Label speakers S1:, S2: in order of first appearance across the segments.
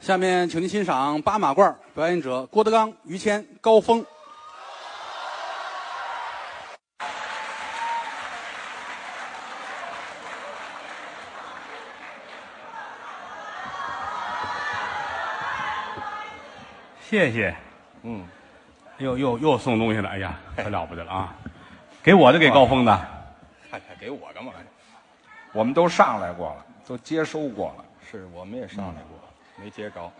S1: 下面，请您欣赏《八马褂》，表演者郭德纲、于谦、高峰。
S2: 谢谢，
S3: 嗯，
S2: 又又又送东西了，哎呀，可了不得了啊！给我的，给高峰的，
S3: 还还给我干嘛呀？我们都上来过了，都接收过了。是我们也上来过，没接着。 啊。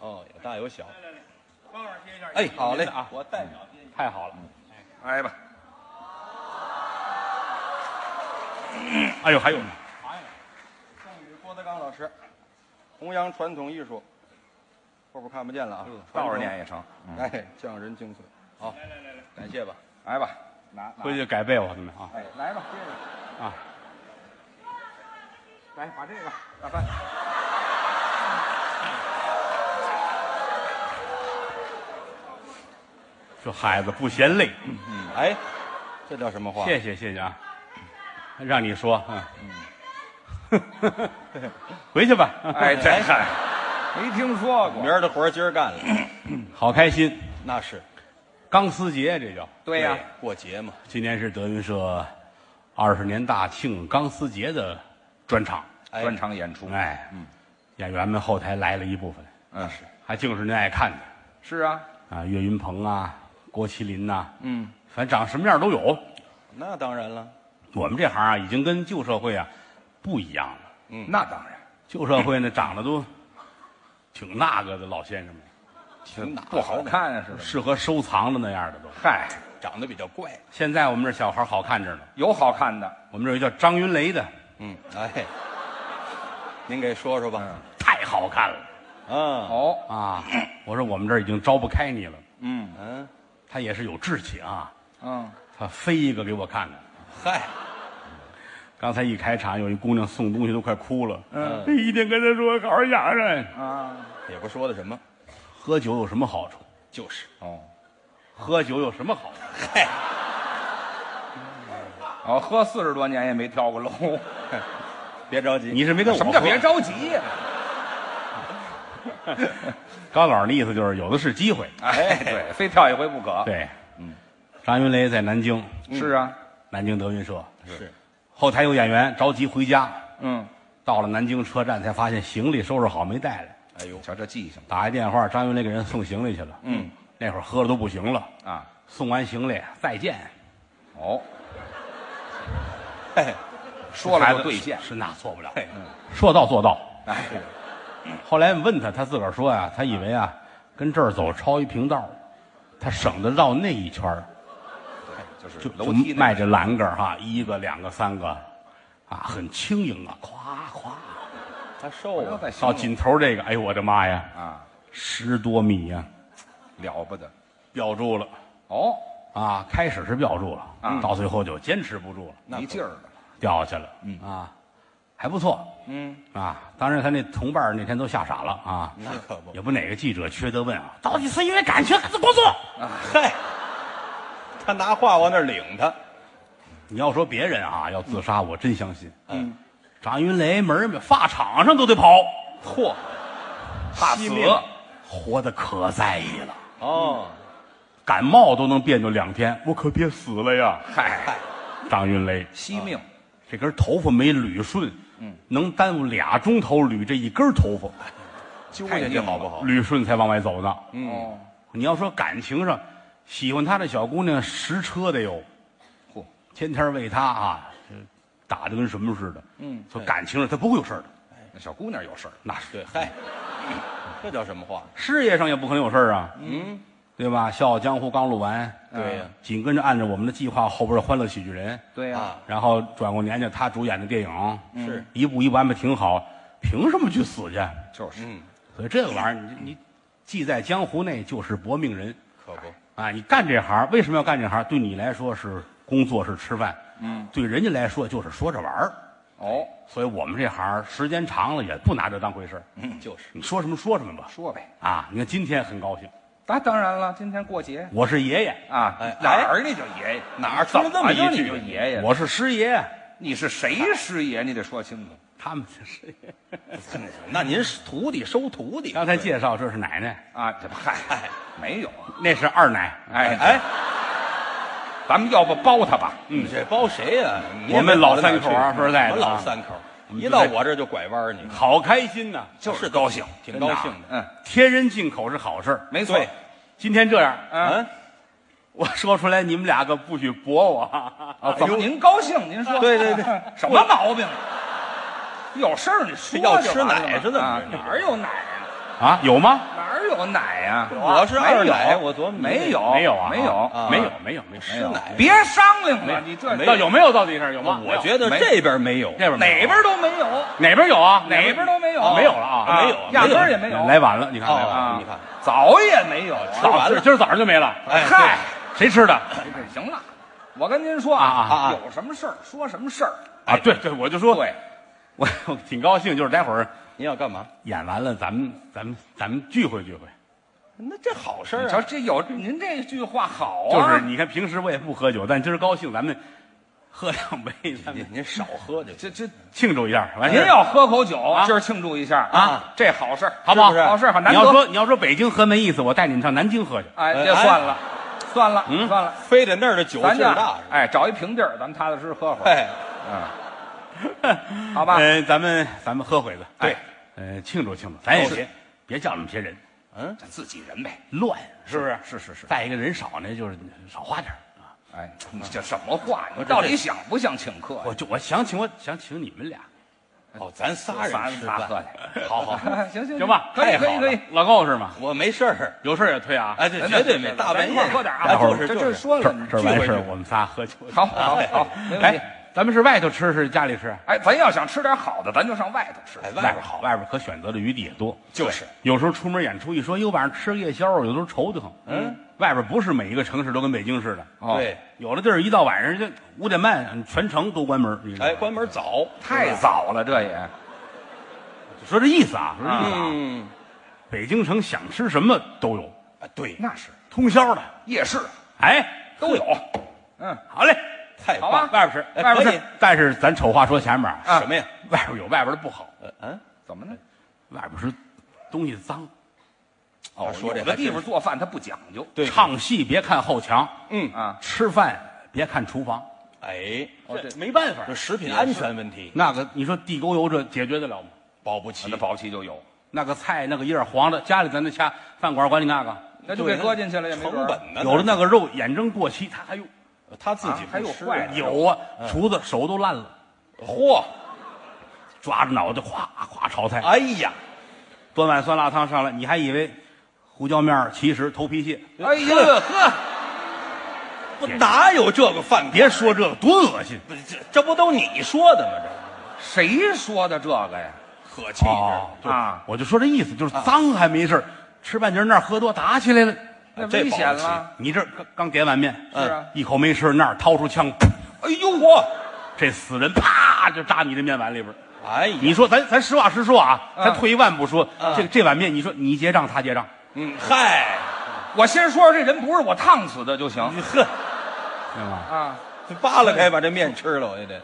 S3: 哦，有大有小。哎，好嘞嗯
S2: 啊
S3: 我代表
S2: 太好了！
S3: 挨吧。
S2: 哎呦，还有呢，
S3: 赠予郭德纲老师，弘扬传统艺术。后边看不见了啊，
S4: 倒着念也成。
S3: 哎，匠人精髓。好，来来来，感谢吧。来吧，
S4: 拿拿
S2: 回去改被窝怎么样啊？
S3: 哎，来吧，接着。
S2: 啊，
S4: 来把这个，
S3: 打饭。
S2: 这孩子不嫌累，
S3: 哎，这叫什么话？
S2: 谢谢谢谢啊！让你说啊， 回去吧，
S4: 哎，这
S3: 哎
S4: 嗨，没听说过
S3: 明。儿的活儿今儿干 了，
S2: 好开心。
S3: 那是
S2: 钢丝节这叫，
S4: 对呀，
S3: 过节嘛。
S2: 今年是德云社二十年大庆钢丝节的专场，
S3: 哎
S4: 专场演出，
S2: 哎，演员们后台来了一部分，
S3: 啊
S4: 嗯，
S2: 还净是您爱看的
S4: 是啊，
S2: 啊，岳云鹏啊，郭麒麟呐、
S3: 嗯，
S2: 反正长什么样都有。
S3: 那当然了，
S2: 我们这行啊，已经跟旧社会啊不一样了。
S3: 嗯
S4: 那当然，
S2: 旧社会呢，长得都挺那个的老先生们，
S3: 挺
S4: 不好，看似的。
S2: 适合收藏的那样的都。
S4: 嗨，
S3: 长得比较怪。
S2: 现在我们这小孩好看着呢，
S4: 有好看的，
S2: 我们这有一叫张云雷的，
S3: 嗯，哎，您给说说吧。
S2: 太好看了
S3: 嗯
S4: 哦，
S2: 啊！我说我们这儿已经招不开你了，
S4: 嗯
S3: 嗯，
S2: 他也是有志气啊，
S4: 嗯，
S2: 他飞一个给我看看。
S3: 嗨，
S2: 刚才一开场，有一姑娘送东西都快哭了。哎
S3: 嗯
S2: 这一定跟她说好好养着。
S4: 啊，
S3: 也不说的什么，
S2: 喝酒有什么好处？
S3: 就是
S4: 哦，
S2: 喝酒有什么好处？
S4: 哦，喝四十多年也没跳过楼，
S3: 别着急，
S2: 你是没跟我
S4: 什么叫
S2: 喝
S4: 别着急呀？
S2: 高老师的意思就是有的是机会。
S4: 哎，对，非跳一回不可。
S2: 对，
S4: 嗯
S2: 张云雷在南京，
S4: 是啊，
S2: 南京德云社
S3: 是
S2: 后台有演员着急回家，
S4: 嗯，
S2: 到了南京车站才发现行李收拾好没带来，
S3: 哎呦，
S4: 瞧这记性
S2: 打一电话，张云雷给人送行李去了。嗯，那会儿喝的都不行了，
S4: 啊，
S2: 送完行李再见，
S4: 哦，哎
S3: 嘿，
S4: 说了
S2: 孩
S4: 就
S2: 子
S4: 兑现，嗯
S2: 是那错不了
S3: 嘿，
S2: 说到做到。
S4: 哎，
S2: 后来问他，他自个儿说呀、他以为啊，跟这儿走超一平道，他省得绕那一圈儿
S4: 就是
S2: 就
S4: 楼梯
S2: 就
S4: 那
S2: 迈着栏杆儿哈，一个、两个、三个，啊，很轻盈啊，咵咵，
S3: 他瘦
S4: 不要
S3: 了，
S4: 再形
S2: 到
S4: 容
S2: 尽头这个，哎呦我的妈呀，
S4: 啊，
S2: 十多米呀、
S4: 了不得。
S2: 标住了
S4: 哦，
S2: 啊！开始是标住了，
S3: 嗯
S2: 到最后就坚持不住了，
S3: 那可
S4: 没劲儿了，
S2: 掉下去了，
S3: 嗯
S2: 啊，还不错，嗯啊，当然他那同伴儿那天都吓傻了啊，
S3: 那可不，
S2: 也不哪个记者缺德问啊，到底是因为感情还是工作？
S3: 嗨，他拿话往那儿领他，
S2: 你要说别人啊要自杀，我真相信。
S3: 嗯，
S2: 张云雷门儿没发场上都得跑，
S3: 嚯，
S4: 怕
S3: 惜
S4: 死。
S3: 命
S2: 活的可在意了，嗯
S3: 哦，
S2: 感冒都能别扭两天，我可别死了呀！
S4: 嗨，
S2: 张云雷
S4: 惜命，
S2: 这根头发没捋顺，嗯，能耽误俩钟头捋这一根头发，
S3: 纠
S4: 太
S3: 结你
S4: 硬
S3: 好不
S4: 了
S3: 好？嗯
S2: 捋顺才往外走呢。
S4: 哦，
S2: 你要说感情上，喜欢他的小姑娘十车得有，
S4: 嚯，
S2: 天天为他啊，这打的跟什么似的。嗯，说感情上他不会有事儿的，
S4: 那小姑娘有事儿，
S2: 那是
S3: 对，嗨，这叫什么话？
S2: 事业上也不可能有事儿啊，嗯，对吧？《笑傲江湖》刚录完，啊
S3: 对呀，
S2: 紧跟着按照我们的计划，后边的《欢乐喜剧人》，
S4: 对呀、
S3: 啊
S2: 然后转过年去他主演的电影，
S3: 嗯是
S2: 一步一步安排挺好，凭什么去死去？
S4: 就是、
S3: 嗯
S2: 所以这个玩意儿，你你既在江湖内就是薄命人
S3: 可不，
S2: 啊！你干这行为什么要干这行？对你来说是工作是吃饭，嗯，对人家来说就是说着玩儿。
S4: 哦，
S2: 所以我们这行时间长了也不拿这当回事儿，
S3: 嗯，就是
S2: 你说什么说什么吧。
S4: 说呗。
S2: 啊，你看今天很高兴，
S4: 那、当然了，今天过节
S2: 我是爷爷，啊
S4: 啊，
S3: 哎
S4: 哪儿那叫爷爷？
S3: 哪儿出
S4: 怎
S3: 了这么
S4: 么就
S3: 一
S4: 你
S3: 句
S5: 哎
S4: 就？爷爷？
S2: 我是师爷，
S4: 你是谁师爷？你得说清楚。
S2: 他们这是
S4: 那您是徒弟收徒弟
S2: 刚才介绍，这是奶奶，
S4: 啊？这不
S3: 哎
S4: 嗨，没有。啊
S2: 那是二奶。
S4: 哎哎，咱们要不包他吧？
S5: 你这包谁呀？你也
S2: 我们
S5: 没
S2: 老
S5: 跑到哪
S2: 三
S5: 儿
S2: 口啊
S5: 去
S2: 说实在的
S5: 什么
S2: 啊
S5: 老三口，一到我这儿就拐弯儿，你
S2: 好开心呐！
S5: 就是高兴，挺高兴的。
S4: 嗯，
S2: 贴人进口是好事儿
S4: 没错。
S5: 对
S2: 今天这样，
S5: 啊
S4: 嗯，
S2: 我说出来你们两个不许驳我啊！
S4: 怎么您高兴？您说
S5: 对对对，
S4: 什么毛病？有事儿你说
S5: 要
S4: 就
S5: 吃
S4: 完了
S5: 奶
S4: 嘛
S5: 是怎么着
S4: 啊
S5: 你
S4: 哪儿有奶啊？
S2: 啊，有吗？
S4: 哪儿有奶呀？
S5: 我是二奶
S4: 没有
S5: 我琢磨你
S4: 没有
S2: 没有啊，
S4: 哦没有
S2: 啊没有，没有，没有，没有。
S5: 奶
S4: 别商量了，你这
S5: 没
S2: 到有没有到底是有吗？
S5: 我觉得
S4: 没
S5: 这边没有，
S2: 这边没有
S4: 哪边都没有，
S2: 哪边有啊？
S4: 哪边都没有，
S2: 没有了啊，
S5: 没有啊
S4: 压根儿也没有，
S2: 来晚了，你看来晚了。
S4: 啊
S5: 哦，你看，
S4: 早也没有啊。
S2: 早
S5: 完了
S2: 今儿早上就没了。
S5: 哎
S4: 嗨，
S2: 谁吃的？
S4: 行了，我跟您说
S2: 啊啊
S5: 啊
S4: 有什么事儿说什么事儿。
S2: 啊，对对，我就说，
S4: 哎对，
S2: 我我挺高兴，就是待会儿
S5: 您要干嘛？
S2: 演完了，咱们咱们咱们聚会聚会。
S5: 那这好事
S4: 你
S5: 儿
S4: 瞧
S5: 啊！
S4: 这有您这句话好
S2: 就
S4: 啊，
S2: 是你看平时我也不喝酒，但今儿高兴，咱们喝两杯，咱
S5: 您
S2: 们
S5: 您少喝这个，
S4: 这这
S2: 庆祝一下。完事
S4: 您
S2: 儿
S4: 要喝口酒，
S2: 啊
S4: 今儿庆祝一下
S2: 啊，
S4: 这好事儿
S2: 好不好？
S4: 是是好事儿，好难
S2: 你要
S4: 得。
S2: 说你要说北京喝没意思，我带你们上南京喝去。
S4: 哎，
S5: 哎
S4: 这算了，算了，
S2: 嗯
S4: 算了，
S5: 非得那儿的酒劲
S4: 咱
S5: 儿
S4: 就
S5: 大是吧？
S4: 哎找一平地儿，咱们踏踏实实喝会儿，
S5: 哎，
S4: 好吧？
S2: 嗯，咱们咱们喝会子。
S4: 对
S2: 哎，呃，庆祝庆祝，咱也
S5: 是
S2: 别别叫那么些人
S5: 嗯，
S4: 咱自己人呗，
S2: 乱，是不是？
S4: 是是是。
S2: 再一个人少呢，就是少花点儿啊。
S4: 哎，你这什么话？你
S5: 我这
S4: 到底想不想请客呀？
S2: 我就我想请我想请你们俩，
S5: 哦，咱仨
S4: 仨
S5: 人
S4: 人
S5: 吃
S4: 仨喝
S5: 饭，
S4: 去，
S2: 好好
S4: 行行
S2: 行吧
S4: 可以
S5: 太
S4: 可
S5: 好
S4: 以
S5: 了
S4: 可以，
S2: 老高是吗？
S5: 我没事儿，
S2: 有事儿也退啊。
S5: 哎，这绝对没，大半
S4: 咱一
S5: 夜
S4: 块儿喝点啊
S5: 咱
S2: 待会儿
S5: 就是
S4: 这
S5: 就
S4: 这
S5: 是
S4: 说
S2: 这
S4: 了，
S2: 这
S4: 你
S2: 完
S4: 聚
S2: 事
S4: 会
S2: 儿
S4: 去，
S2: 我们仨喝酒去。
S4: 好好好，没问题。
S2: 哎，咱们是外头吃是家里吃？
S4: 哎，咱要想吃点好的，咱就上外头吃。
S5: 哎，
S2: 外
S5: 外
S2: 边
S5: 边
S2: 好，外边可选择的余地也多。
S5: 就是啊
S2: 有时候出门演出一说，哟，晚上吃夜宵，有时候愁得很。嗯，外边不是每一个城市都跟北京似的，
S4: 哦
S5: 对，
S2: 有的地儿一到晚上就五点半，嗯全城都关门。你知道吗
S5: 哎，关门早，
S4: 太早了，这也
S2: 说这意思啊，说这意思啊，
S5: 嗯，
S2: 北京城想吃什么都有，
S5: 啊，对，
S4: 那是
S2: 通宵的。
S4: 夜市
S2: 哎，
S4: 都有。嗯，
S2: 好嘞，
S5: 太
S4: 好
S5: 棒
S4: 吧
S2: 外
S5: 了，
S2: 边吃，
S5: 哎
S2: 外边
S5: 可以
S2: 吃。但是咱丑话说前面啊，
S4: 啊
S5: 什么呀？
S2: 外边有外边的不好，
S5: 呃嗯，
S4: 怎么呢？
S2: 外边是东西脏。
S5: 哦，说这
S4: 有的
S5: 还
S4: 地
S5: 真
S4: 方
S5: 是
S4: 做饭它不讲究。
S5: 对，
S2: 唱戏别看后墙，
S5: 嗯，
S4: 啊，
S2: 吃饭别看厨房，
S5: 哎，这
S2: 没办法
S5: 这食品安全问题
S2: 那个你说地沟油这解决得了吗？
S5: 保不齐
S4: 那，保不齐就有，
S2: 那个菜那个叶儿黄的，家里咱那家饭馆管你那个，
S4: 那就给搁进去了也没
S5: 成
S4: 准儿
S5: 本呢，
S2: 有的那个肉眼睁过期，他还有
S5: 他自己
S4: 啊还有
S5: 不吃
S4: 坏的
S2: 有啊，厨子手都烂了，
S5: 嚯，
S2: 抓着脑袋咵咵炒菜，
S4: 啊
S5: 哎呀，
S2: 端碗酸辣汤上来，你还以为胡椒面儿，其实头皮屑。
S4: 哎呀呵，
S5: 不哪有这个饭馆？
S2: 别说这个多恶心
S5: 不是这这不都你说的吗？
S4: 谁说的这个呀？
S5: 这可气着，
S2: 对
S4: 啊
S2: 我就说这意思，就是脏还没事儿吃半截儿那儿喝多打起来了。
S4: 那危
S5: 这保不
S4: 险
S5: 齐
S4: 了。
S2: 你这儿刚刚点碗面，
S4: 是啊
S2: 一口没吃，那儿掏出枪，
S4: 哎呦我，
S2: 这死人啪就扎你这面碗里边儿。
S5: 哎呀，
S2: 你说咱咱实话实说啊，
S4: 嗯
S2: 咱退一万步说，
S5: 嗯
S2: 这这碗面，你说你结账他结账，
S5: 嗯，嗨，
S4: 我先说说这人不是我烫死的就行
S5: 你呵，
S2: 对吗？
S4: 啊。
S5: 这扒拉开把这面吃了，我也得，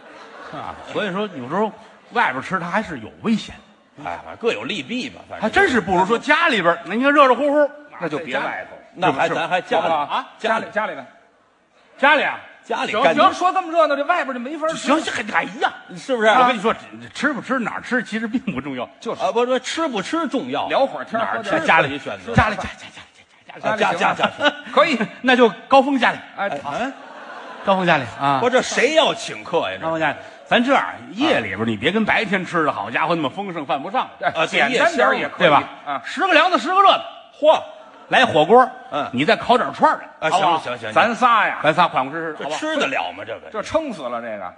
S2: 啊，所以说有时候外边吃它还是有危险的，
S5: 哎，反正各有利弊吧，反正
S2: 还真啊是不如说家里边儿，你看热热乎乎，
S4: 那就别外头了。
S5: 那
S2: 是
S5: 还
S2: 不是
S5: 咱还家
S2: 好不
S5: 里
S2: 好啊，
S4: 家
S5: 家
S4: 里
S5: 里
S4: 家里的，
S2: 家里啊，
S5: 家里
S2: 行
S5: 干净
S4: 行，说这么热闹，这外边就没法吃。
S2: 行，行，哎呀，
S5: 是不是？
S2: 我跟你说，这吃不吃哪儿吃其实并不重要，
S4: 就是
S5: 啊啊，不是吃不吃重要，
S4: 聊会儿天
S2: 哪
S4: 儿，
S2: 儿
S4: 喝点
S2: 吃
S4: 儿
S2: 家
S5: 可
S2: 里
S5: 以选择
S2: 家里家家家家家家
S4: 家里
S5: 啊
S4: 行
S5: 家
S4: 吗
S5: 家家
S2: 啊
S4: 可以。
S2: 那就高峰家里，
S4: 哎，
S5: 哎，啊
S2: 高峰家里啊
S5: 不，是这谁要请客呀？
S2: 高
S5: 这
S2: 峰家里，咱这样夜里边儿你别跟白天吃的好家伙那么丰盛，犯不上，
S4: 哎
S5: 啊
S4: 简单点儿也可以
S2: 对吧？
S4: 啊，
S2: 十个凉的，十个热的，
S5: 嚯，
S2: 来火锅，
S5: 嗯
S2: 你再烤点串儿来，
S5: 啊，
S2: 好
S5: 行
S2: 不好
S5: 了行了行了，
S4: 咱仨呀，
S2: 咱仨款款式式，好
S5: 这
S2: 吧？
S5: 吃得了吗？这个
S4: 这撑死了这个。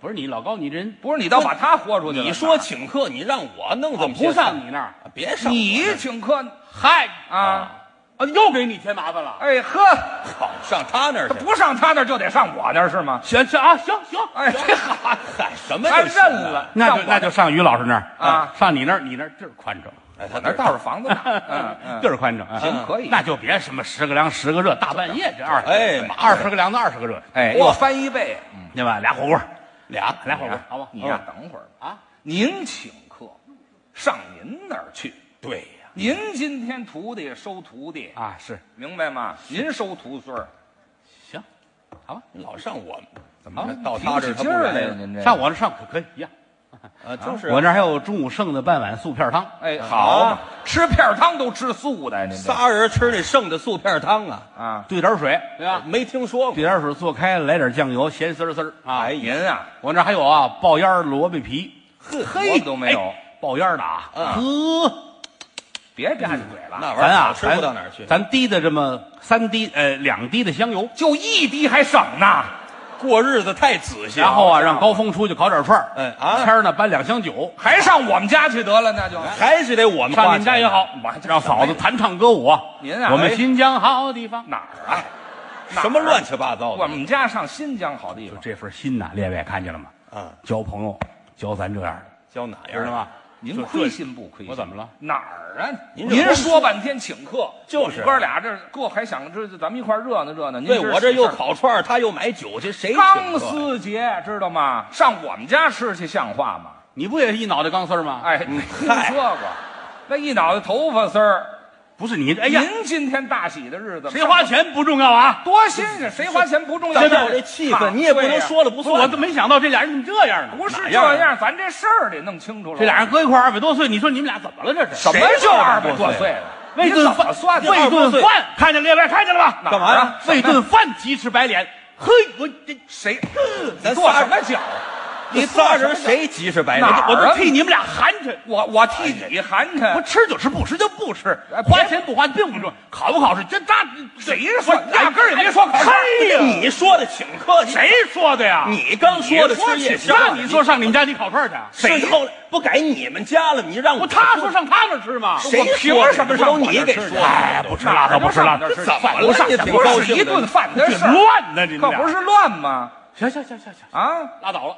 S2: 不是你老高，你这人
S4: 不是你倒把他豁出去了，
S5: 你说请客，你让我弄怎么
S2: 不上你那儿，
S5: 别上
S4: 你
S5: 我
S4: 请客，
S2: 嗨
S4: 啊
S2: 啊，又给你添麻烦了。
S4: 哎呵，
S5: 那儿好上他那儿
S4: 他
S5: 去，
S4: 不上他那儿就得上我那儿是吗？
S2: 行行啊，行行，
S4: 哎，这好，
S5: 嗨，什么
S4: 他
S5: 就行啊
S4: 认了，
S2: 那就
S4: 上我
S2: 那就上于老师那儿
S4: 啊
S2: 上你那儿，你那儿这儿宽敞，
S5: 哎，他
S4: 我那儿倒是房子大，嗯 嗯，
S2: 这儿宽敞，啊
S4: 行可以
S2: 那就别什么十个凉十个热，大半夜这二
S5: 哎
S2: 二十个凉的二十个热，
S4: 哎，
S5: 哇
S4: 我翻一倍，
S2: 对吧？俩火锅，俩来会
S4: 你
S2: 儿
S4: 呀
S2: 吧，好吧？
S4: 你
S2: 嗯
S4: 呀，等会儿吧
S2: 啊，
S4: 您请客，上您那儿去。
S2: 对呀，
S4: 您今天徒弟收徒弟，
S2: 啊是，
S4: 明白吗？您收徒孙儿，
S2: 行，好吧，
S4: 老上我们
S3: 怎么
S2: 啊
S3: 着到他这儿他
S4: 提不起
S3: 不
S4: 劲儿
S3: 来
S4: 来
S3: 了？
S4: 了
S3: 您这
S2: 上我这上可可以一样。
S4: 啊，就是
S2: 我那儿还有中午剩的半碗素片汤，
S4: 哎，
S3: 好
S4: 好
S3: 嘛
S4: 嘛，吃片儿汤都吃素的，您这
S3: 仨
S5: 仨人吃那剩的素片汤啊，
S4: 啊，
S2: 兑点水，对吧？
S5: 没听说过
S2: 兑点水做开了，来点酱油，咸丝儿丝儿啊。
S4: 哎，您啊，
S2: 我那儿还有啊，爆烟儿萝卜皮，
S4: 嘿都没有，
S2: 哎爆烟儿的啊，
S5: 嗯
S2: 呵，
S4: 别吧唧嘴了，
S5: 那玩意
S2: 咱
S5: 儿
S2: 啊，
S5: 好吃不
S2: 咱
S5: 到哪儿去，
S2: 咱滴的这么三滴，呃，两滴的香油，
S4: 就一滴还省呢，
S5: 过日子太仔细了。
S2: 然后啊，
S4: 这样
S2: 让高峰出去烤点串儿，
S5: 哎啊
S2: 谦儿呢搬两箱酒，
S4: 还上我们家去得了，那就
S5: 还是得我们
S2: 上
S5: 花
S2: 你们家
S5: 钱
S2: 也好，让嫂子弹唱歌舞啊，
S4: 您啊
S2: 我们新疆好地方，
S4: 哪儿啊？哪儿啊
S5: 什么乱？七八糟的。
S4: 我们家上新疆好地
S2: 就
S4: 方，
S2: 这份心呐，列位看见了吗？
S5: 啊，
S2: 交朋友，交咱这样啊的，
S5: 教哪样
S2: 知道？吗？
S4: 您
S2: 就
S4: 亏心不亏心？
S2: 我怎么了？
S4: 哪儿啊？
S5: 您
S4: 您
S5: 这光
S4: 说半天请客，
S5: 就是
S4: 我们哥俩这哥还想这这咱们一块儿热闹热闹。您
S5: 对
S4: 知
S5: 我这又哎
S4: 事儿
S5: 烤串儿，他又买酒，这谁
S4: 钢
S5: 请客呀
S4: 丝节，知道吗？上我们家吃去像话吗？
S2: 你不也是一脑袋钢丝儿吗？，
S4: 哎，听说过，那一脑袋头发丝儿。
S2: 不是你，哎呀，
S4: 您今天大喜的日子，
S2: 谁花钱不重要啊，
S4: 多新鲜，谁花钱不重要。
S5: 咱们有这气
S4: 啊
S5: 氛，你也不能说了不
S2: 我
S5: 算
S2: 都。没想到这俩人怎么这样呢？
S4: 不是
S2: 哪
S4: 这
S2: 样啊
S4: 样，咱这事儿得弄清楚了。
S2: 这俩人搁一块儿二百多岁，你说你们俩怎么了？这是
S4: 什么叫二百
S5: 多
S4: 多
S5: 岁
S4: 岁了？
S2: 为
S4: 你
S2: 顿
S4: 怎么
S2: 饭
S4: 算的？
S2: 为
S5: 多岁
S2: 顿饭，看见了列位看见了吧？
S5: 干嘛呀？
S2: 为顿饭急赤白脸，嘿，我这
S4: 谁？
S5: 咱
S4: 你跺
S5: 仨
S4: 什
S5: 人
S4: 么脚？
S5: 你仨人谁急是白
S4: 哪
S5: 脸？
S4: 儿啊
S2: 我都替你们俩寒碜。
S4: 我我替你寒
S2: 哎不
S4: 碜。
S2: 吃就吃，不吃就不吃
S4: 哎，别
S2: 花钱不花并不重要，考不考试这大
S4: 谁说压根儿也没说考试
S2: 嘿哎呀，
S5: 哎你说的请客，你
S2: 谁说的呀？
S5: 你刚说的吃夜宵，
S2: 让你说上你们家你烤串儿去，
S5: 谁后来不改你们家了？你让
S2: 不
S5: 我
S2: 他说上他那儿吃吗？
S5: 谁
S4: 我凭
S5: 说的
S4: 什么
S5: 这
S4: 上
S5: 不都
S4: 我
S5: 你
S4: 这
S5: 给
S4: 吃
S5: 说
S4: 去
S5: 的
S2: 哎，不吃辣的，不吃辣的，
S4: 这怎么
S5: 了
S4: 上
S5: 你挺高
S4: 不是
S5: 兴
S4: 一
S5: 的
S4: 顿饭的事
S2: 挺
S4: 儿，
S2: 乱的，你们
S4: 可
S2: 俩
S4: 不是乱吗？
S2: 行行行行行，
S4: 啊，
S2: 拉倒了，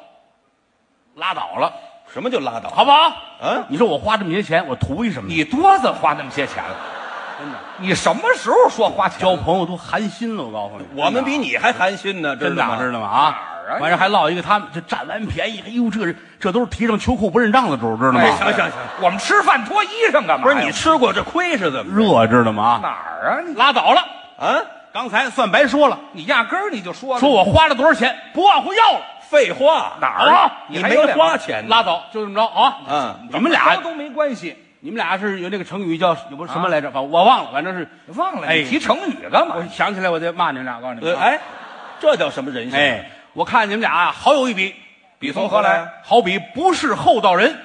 S2: 拉倒了，
S5: 什么就拉倒？
S2: 好不好？
S5: 嗯
S2: 你说我花这么些钱，我图一什么呢？
S4: 你多子花那么些钱了？
S2: 真的
S4: 你什么时候说花钱
S2: 交
S4: 了？
S2: 朋友都寒心了，我告诉你，
S5: 我们比你还寒心呢，
S2: 真
S5: 知
S2: 的
S5: 道
S2: 啊知
S5: 吗？
S2: 道吗？
S4: 哪儿啊
S2: 完事还落一个他们这占完便宜，哎呦，这人这都是提上秋裤不认账的主，知道吗？
S5: 行行行，
S4: 哎我们吃饭脱衣裳干嘛呀？
S5: 不是你吃过这亏是怎么着？
S2: 热知道吗？
S4: 哪儿啊？你
S2: 拉倒了，
S5: 啊？
S2: 刚才算白说了，
S4: 你压根儿你就说了
S2: 说我花了多少钱，不往回要了，
S5: 废话，
S4: 哪
S2: 好
S4: 儿
S2: 不
S4: 啊
S2: 好？
S5: 你
S4: 还
S5: 没
S4: 有脸
S5: 花
S4: 吗
S5: 钱呢？
S2: 拉倒，就这么着啊。
S5: 嗯，
S2: 你们俩，
S4: 都没关系，
S2: 你们俩是有那个成语叫有不是什么来着？反正我忘了，反正是
S4: 忘了
S2: 哎
S4: 你提成语干嘛
S2: 我？想起来我再骂你们俩，告诉你们
S5: 呃，
S2: 啊。
S5: 哎，这叫什么人性？啊
S2: 哎，我看你们俩啊，好有一比，
S5: 比
S4: 从何来？
S2: 好比不是厚道人，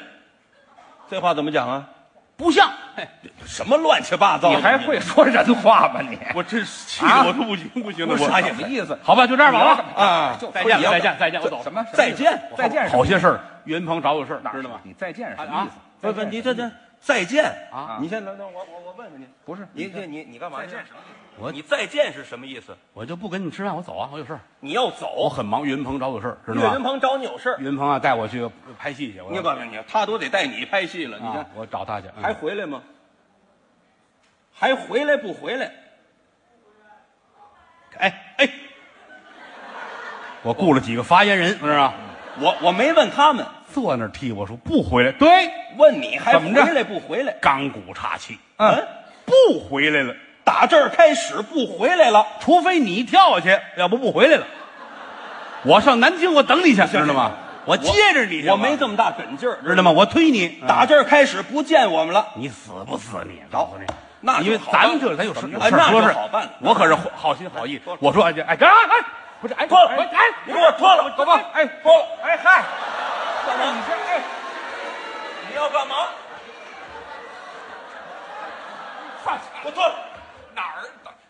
S5: 这话怎么讲啊？
S2: 不像。嘿
S5: 什么乱七八糟的？啊
S4: 你还会说人话吗？你
S2: 我真是气
S4: 啊
S2: 得我都不行不行了，
S4: 不是
S2: 我
S4: 什么意思？
S2: 好吧，哎就这样吧啊。
S5: 啊？
S4: 就
S2: 再见
S5: 你要
S2: 了，再见，再见，我走了。
S4: 什么？
S5: 再见，
S4: 再见什么
S2: 好些事儿，岳云鹏找我事儿，知道吗？
S4: 你再见是什么
S2: 啊
S4: 意思？
S5: 不不，
S4: 再见
S5: 你这这再见
S2: 啊
S5: 你先等等，我我我问问你，
S4: 不是
S5: 你这你你干嘛去？
S4: 再见什么意
S2: 我
S5: 你再见是什么意思？
S2: 我就不跟你吃饭，我走啊，我有事儿，
S5: 你要
S2: 我
S5: 走，
S2: 很忙。岳云鹏找我事儿，知
S5: 岳
S2: 道
S5: 云
S2: 吗？
S5: 鹏找你有事儿，
S2: 岳云鹏啊，带我去拍戏去，我
S5: 你把你他都得带你拍戏了，你
S2: 啊
S5: 看，
S2: 我找他去。嗯
S5: 还回来吗？还回来不回来？
S2: 哎哎，我雇了几个发言人，知道吗？
S5: 我我没问他们，
S2: 坐那儿替我说不回来，对，
S5: 问你还
S2: 怎
S5: 回
S2: 么着
S5: 来不回来？
S2: 钢骨叉气，
S5: 嗯，
S2: 不回来了，
S5: 打这儿开始不回来了，
S2: 除非你跳下去，要不不回来了。我上南京，我等你去，知道吗？我接着你去，
S5: 我没这么大嗯梗劲儿，
S2: 知道吗？我推你，
S5: 打这儿开始不见我们了，
S2: 你死不死你？告诉你，
S5: 那就
S2: 因为
S5: 好
S2: 咱
S5: 办
S2: 们这咱有事有
S5: 哎
S2: 事
S5: 那
S2: 儿
S5: 就
S2: 说事
S5: 好办了，
S2: 我可是好心好意。我说哎哎哎哎，不是哎
S5: 脱了
S2: 哎哎，
S5: 你给我脱了，
S4: 走吧，哎，
S5: 脱了，
S4: 哎嗨，
S5: 干嘛？
S4: 你这哎，
S5: 你要干嘛？我脱了，
S4: 哪儿的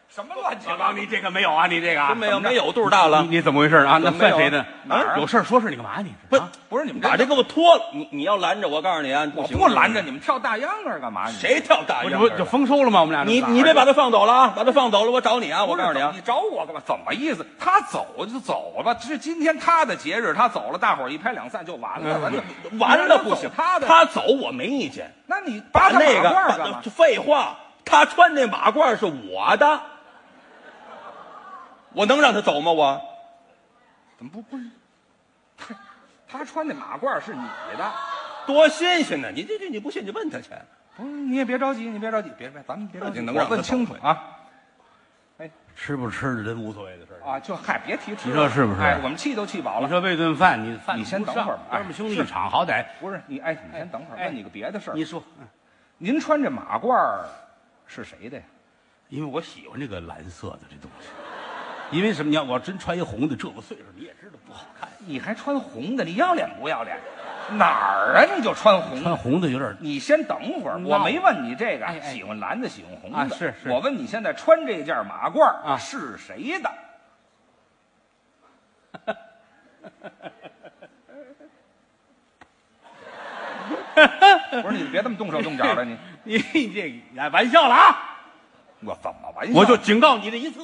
S4: 什么乱七
S2: 小
S4: 八
S2: 刚，
S4: 糟？
S2: 你这个没有啊？你这个啊
S5: 真没有没有肚儿大了
S2: 你，你怎么回事啊？那
S4: 怎么没
S2: 算
S4: 有啊
S2: 谁的？
S4: 哪儿啊
S2: 有事儿说事，你干嘛你？
S5: 不
S2: 啊
S4: 不是你们
S5: 把这
S4: 这
S5: 给我脱了，你你要拦着我，告诉你啊，
S4: 我
S5: 行
S4: 不拦着，你们跳大秧歌儿干嘛？你
S5: 谁跳大
S2: 不这
S5: 秧
S2: 不
S5: 歌了
S2: 就丰收了吗？我们俩
S5: 你你别把他放走了啊，把他放走了，我找你啊，我
S4: 不是
S5: 告诉你啊
S4: 你，找我干嘛？怎么意思？他走就走吧，这是今天他的节日，他走了，大伙儿一拍两散就完了。完了，
S5: 嗯完了不行，
S4: 他的，
S5: 他走我没意见，
S4: 那你扒
S5: 把
S4: 他
S5: 那
S4: 马褂儿
S5: 个
S4: 干嘛
S5: 把？废话，他穿那马褂是我的，我能让他走吗？我
S4: 怎么不不？他穿那马褂是你的，
S5: 多新鲜呢！你这这你不信，你问他去。
S4: 不是你也别着急，你别着急，别别，咱们别着急，
S5: 能
S4: 我
S5: 让他
S4: 问清楚啊
S2: 吃不吃的真无所谓的事儿。
S4: 啊，就嗨，别提吃了，
S2: 你说是不是
S5: 啊
S4: 哎，我们气都气饱
S2: 你
S4: 了。
S2: 说为顿饭，你饭
S4: 你先等会儿吧
S2: 哥们兄弟
S4: 哎
S2: 一场，好歹
S4: 不是你，哎，你先等会儿，
S2: 哎
S4: 问你个别的事儿
S2: 你。说，
S4: 您穿这马褂儿是谁的呀？
S2: 因为我喜欢这个蓝色的这东西。因为什么？你要我真穿一红的，这个岁数你也知道不好看。
S4: 你还穿红的，你要脸不要脸？哪儿啊？你就穿红
S2: 穿
S4: 的？
S2: 红的有点
S4: 你先等会儿，
S2: 闹啊
S4: 我没问你这个
S2: 哎，哎
S4: 喜欢蓝的，喜欢红
S2: 啊
S4: 的，
S2: 是是
S4: 我问你现在穿这件马褂儿
S2: 啊
S4: 是谁 的？不是你别这么动手动脚的 你，
S2: 你这哎玩笑了啊！
S4: 我怎么玩笑？
S2: 我就警告你这一次，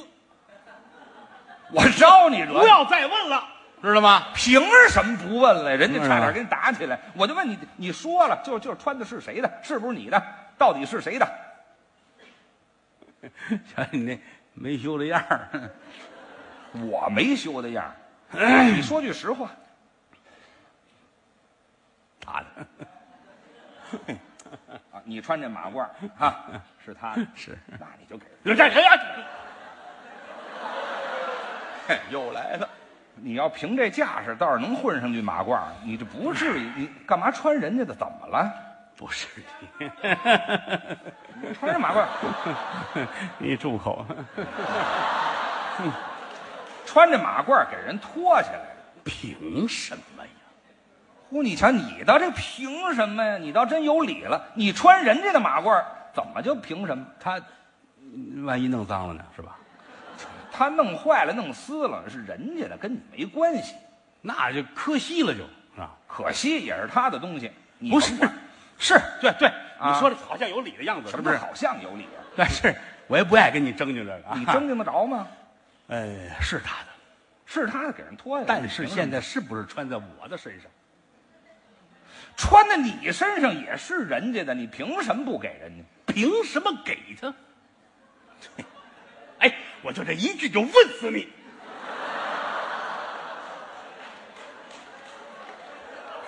S4: 我招你惹你
S2: 不要再问了，知道吗？
S4: 凭什么不问了？人家差
S2: 哎
S4: 点跟你打起来。我就问你，你说了，就就是穿的是谁的？是不是你的？到底是谁的？
S2: 瞧你那没羞的样儿，
S4: 我没羞的样儿、
S2: 哎
S4: 你说句实话，
S2: 打的
S4: 啊，你穿这马褂 儿啊，是他的，
S2: 是
S4: 那你就给
S2: 这
S4: 人。
S2: 这这
S5: 嘿，又来了，
S4: 你要凭这架势，倒是能混上句马褂儿，你这不至于。你干嘛穿人家的？怎么了？
S2: 不是你，
S4: 你穿上马褂儿，
S2: 你住口！
S4: 穿着马褂儿给人拖起来了。
S2: 凭什么呀？
S4: 呼，你瞧，你倒这凭什么呀？你倒真有理了。你穿人家的马褂儿，怎么就凭什么？
S2: 他万一弄脏了呢，是吧？
S4: 他弄坏了、弄撕了是人家的，跟你没关系。
S2: 那就磕稀了就，是吧？
S4: 可惜也是他的东西，你
S2: 不是
S4: 甭管，
S2: 是对对，
S4: 啊
S2: 你说的好像有理的样子，是
S4: 什
S2: 不
S4: 么
S2: 是？
S4: 好像有理啊？
S2: 但是我也不爱跟你争竞这个啊。
S4: 你争？竞得着吗？
S2: 呃，是他的，
S4: 是他的给人脱下来，
S2: 但是
S4: 你凭什
S2: 现
S4: 么
S2: 在是不是穿在我的身上？
S4: 穿在你身上也是人家的，你凭什么不给人家？
S2: 凭什么给他？ 哎，我就这一句就问死你！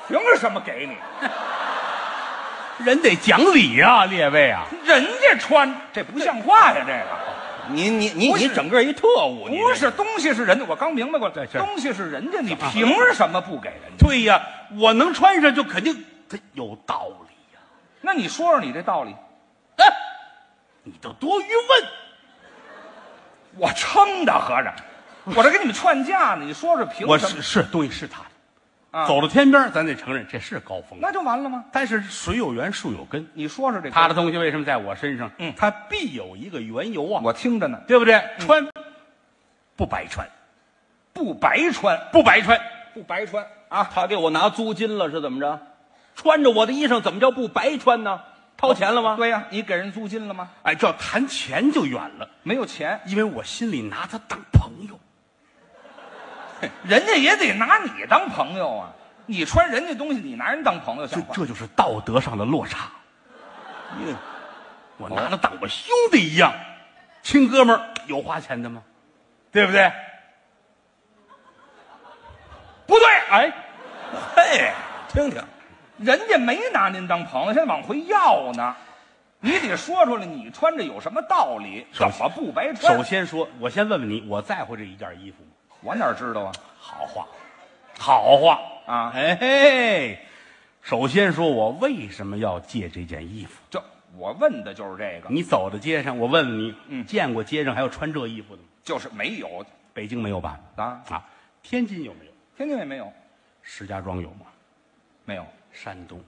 S4: 凭什么给你？
S2: 人得讲理啊，列位啊！
S4: 人家穿这不像话呀！这个
S5: 你你你
S4: 不是
S5: 你整个一特务，你
S4: 不是东西是人家，我刚明白过来，
S2: 对是
S4: 东西是人家，你凭什么不给人家？
S2: 对呀，我能穿上就肯定他有道理呀、
S4: 那你说说你这道理，
S2: 哎， 你都多余问。
S4: 我撑的合着，我这跟你们劝架呢，你说说凭
S2: 我
S4: 什么
S2: 是？是东西是他的，
S4: 啊
S2: 走到天边儿，咱得承认这是高峰。
S4: 那就完了吗？
S2: 但是水有源，树有根，
S4: 你说说这
S2: 他
S4: 的，
S2: 的东西为什么在我身上？
S4: 嗯
S2: 他必有一个缘由啊，
S4: 我听着呢，
S2: 对不对？穿嗯不白穿，
S4: 不白穿，
S2: 不白穿，
S4: 不白穿，
S5: 啊！他给我拿租金了是怎么着？穿着我的衣裳怎么叫不白穿呢？掏钱了吗？
S4: 对呀、你给人租金了吗？
S2: 哎，这要谈钱就远了，
S4: 没有钱，
S2: 因为我心里拿他当朋友。
S4: 人家也得拿你当朋友啊。你穿人家东西，你拿人当朋友，
S2: 这
S4: 像话吗？
S2: 这就是道德上的落差。我拿他当我兄弟一样，亲哥们儿有花钱的吗？对不对？
S4: 不对，
S2: 哎，
S5: 嘿，
S4: 哦
S5: 听听，
S4: 人家没拿您当朋友，现在往回要呢。你得说出来，你穿着有什么道理？
S2: 首
S4: 怎
S2: 先
S4: 么不白穿？
S2: 首先说，我先问问你，我在乎这一件衣服吗？
S4: 我哪知道啊？
S2: 好话，好话
S4: 啊
S2: 哎嘿，首先说我为什么要借这件衣服？
S4: 这我问的就是这个，
S2: 你走到街上，我问问你，
S4: 嗯
S2: 见过街上还有穿这衣服的吗？
S4: 就是没有，
S2: 北京没有吧？
S4: 啊
S2: 啊，天津有没有？
S4: 天津也没有，
S2: 石家庄有吗？
S4: 没有。
S2: 山东、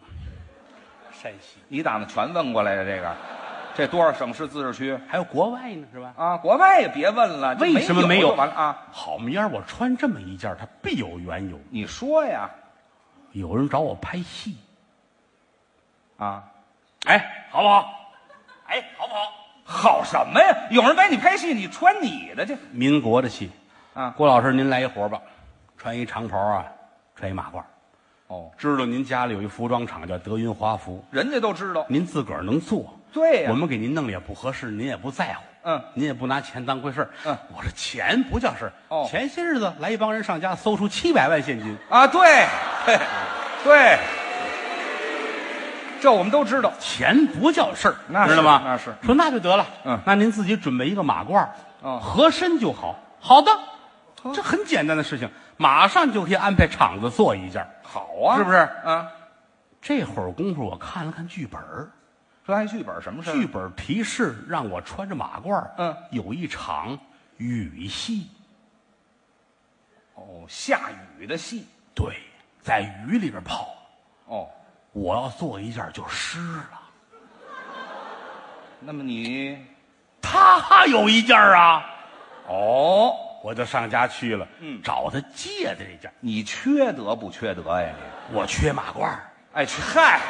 S2: 山西，
S4: 你打算全问过来的这个，这多少省市自治区
S2: 还有国外呢，是吧？
S4: 啊？国外也别问了，这
S2: 为什么没有？
S4: 有就完了啊？
S2: 好明儿我穿这么一件儿，它必有缘由。
S4: 你说呀
S2: 有人找我拍戏，
S4: 啊？
S2: 哎，好不好？哎，好不好？
S4: 好什么呀？有人把你拍戏，你穿你的去
S2: 民国的戏，
S4: 啊？
S2: 郭老师您来一活吧，穿一长袍啊，穿一马褂儿。
S4: 哦，
S2: 知道您家里有一服装厂叫德云华服，
S4: 人家都知
S3: 嗯
S4: 道。
S2: 您自个儿能做，
S4: 对
S3: 哎
S4: 呀
S2: 我们给您弄了也不合适，您也不在乎，
S4: 嗯，
S2: 您也不拿钱当回事儿，
S4: 嗯，
S2: 我这钱不叫事儿。
S4: 哦
S2: 前些日子来一帮人上家搜出七百万现金，
S4: 啊，对，
S3: 对，这我们都知道。
S2: 钱不叫事儿，
S3: 那是
S2: 知道吗？
S3: 那是
S2: 说那就得了，
S3: 嗯
S2: 那您自己准备一个马褂，
S3: 哦
S2: 合身就好。好的，这很简单的事情，马上就可以安排厂子做一件。
S3: 好啊，
S2: 是不是
S3: 啊，
S2: 这会儿功夫，我看了看剧本儿，
S3: 说按剧本什么事儿？
S2: 剧本提示让我穿着马褂，
S3: 嗯，
S2: 有一场雨戏，
S3: 哦，下雨的戏。
S2: 对，在雨里边跑，
S3: 哦，
S2: 我要做一件就湿了。
S3: 那么你
S2: 他有一件儿啊，
S3: 哦，
S2: 我就上家去了，嗯，找他借的这件儿。
S3: 你缺德不缺德呀？
S2: 我缺马褂儿，
S3: 哎，去嗨！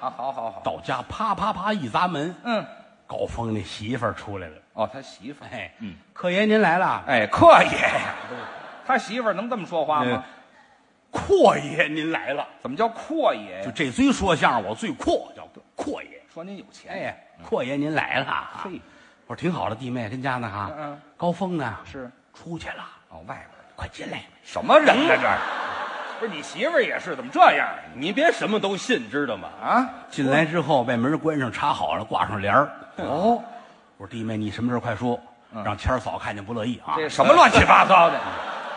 S3: 啊，好好好，
S2: 到家啪啪啪一砸门，
S3: 嗯，
S2: 高峰那媳妇儿出来了。
S3: 哦，他媳妇儿，
S2: 哎，
S3: 嗯，
S2: 客爷您来了，
S3: 哎，阔爷呀，他媳妇儿能这么说话吗？
S2: 阔爷您来了，
S3: 怎么叫阔爷
S2: 就
S3: 呀？
S2: 这嘴说相声我最阔，叫阔爷。
S3: 说您有钱，
S2: 哎，阔爷您来了啊，
S3: 嘿
S2: 我说挺好的，弟妹跟家呢哈。
S3: 嗯嗯
S2: 高峰呢？
S3: 是
S2: 出去了，
S3: 哦，外边儿
S2: 快进来。
S3: 什么人呢？这儿
S4: 不是你媳妇儿也是，怎么这样啊？
S5: 你别什么都信，知道吗？
S3: 啊？
S2: 进来之后，把门关上，插好了，挂上帘儿。啊
S3: 哦，嗯
S2: 我说弟妹，你什么事儿快说，让谦儿嫂看见不乐意啊。
S3: 这
S4: 什么乱七八糟的？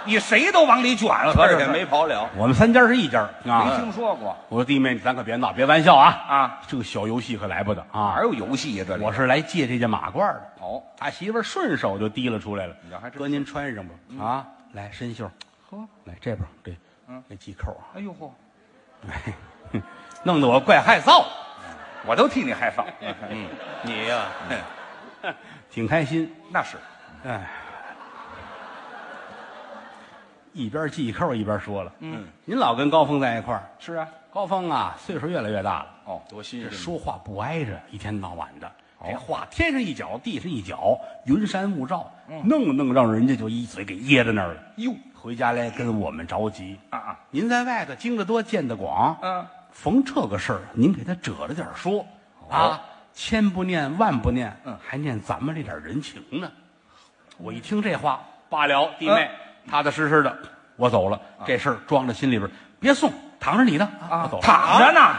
S4: 你谁都往里卷了，合
S5: 而
S4: 着
S5: 且
S4: 是
S5: 没跑了。
S2: 我们三家是一家
S3: 没
S2: 啊。
S3: 听说过，
S2: 我说弟妹，咱可别闹，别玩笑啊
S3: 啊！
S2: 这个小游戏可来不得啊
S3: 哪！有游戏呀？这里
S2: 我是来借这件马褂的。
S3: 哦，
S2: 他媳妇儿顺手就提了出来了
S3: 你这还。真嗯
S2: 哥，您穿上吧。啊，来伸袖，
S3: 呵，
S2: 来这边儿这，这系扣啊，
S3: 哎呦嚯，
S2: 哎，哼 弄得我怪害臊，
S3: 我都替你害臊。
S5: 你呀、
S2: 挺开心。
S3: 那是，
S2: 一边系扣一边说了：“嗯，您老跟高峰在一块儿，
S3: 是啊，
S2: 高峰啊，岁数越来越大了，
S3: 哦，
S5: 多新
S2: 这
S5: 鲜！
S2: 说话不挨着，一天到晚的，这话天上一脚，地上一脚，云山雾罩，弄弄让人家就一嘴给噎在那儿了。
S3: 嗯哟
S2: 回家来跟我们着急
S3: 啊啊，
S2: 您在外头经得多，见得广，
S3: 嗯，
S2: 逢这个事儿，您给他褶着点儿说
S3: 哦
S2: 啊，千不念万不念，嗯，还念咱们这点人情
S3: 嗯
S2: 呢。我一听这话，罢了，弟妹，
S3: 嗯
S2: 踏踏实实的，我走了。
S3: 啊
S2: 这事儿装在心里边儿，别送，躺着你的啊，我走了。
S4: 躺着呢。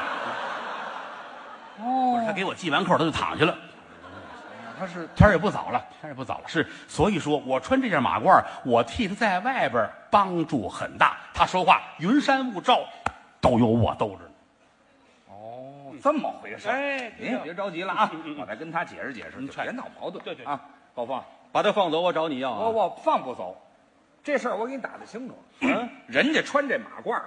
S2: 不
S3: 哦
S2: 是他给我系完扣，他就躺下了。
S3: 他是
S2: 天儿也不早了，天儿也不早了，是，所以说我穿这件马褂儿，我替他在外边儿帮助很大。他说话云山雾罩，都有我兜着呢。
S4: 这么回事儿？
S5: 哎
S4: 您也别着急了啊，我再跟他解释解释，
S2: 您
S4: 就
S2: 快
S4: 别闹矛盾。
S5: 对对
S4: 啊，高峰，
S5: 把他放走，我找你要
S4: 我
S5: 啊！
S4: 我放不走，这事儿我给你打得清楚。嗯， 人家穿这马褂儿，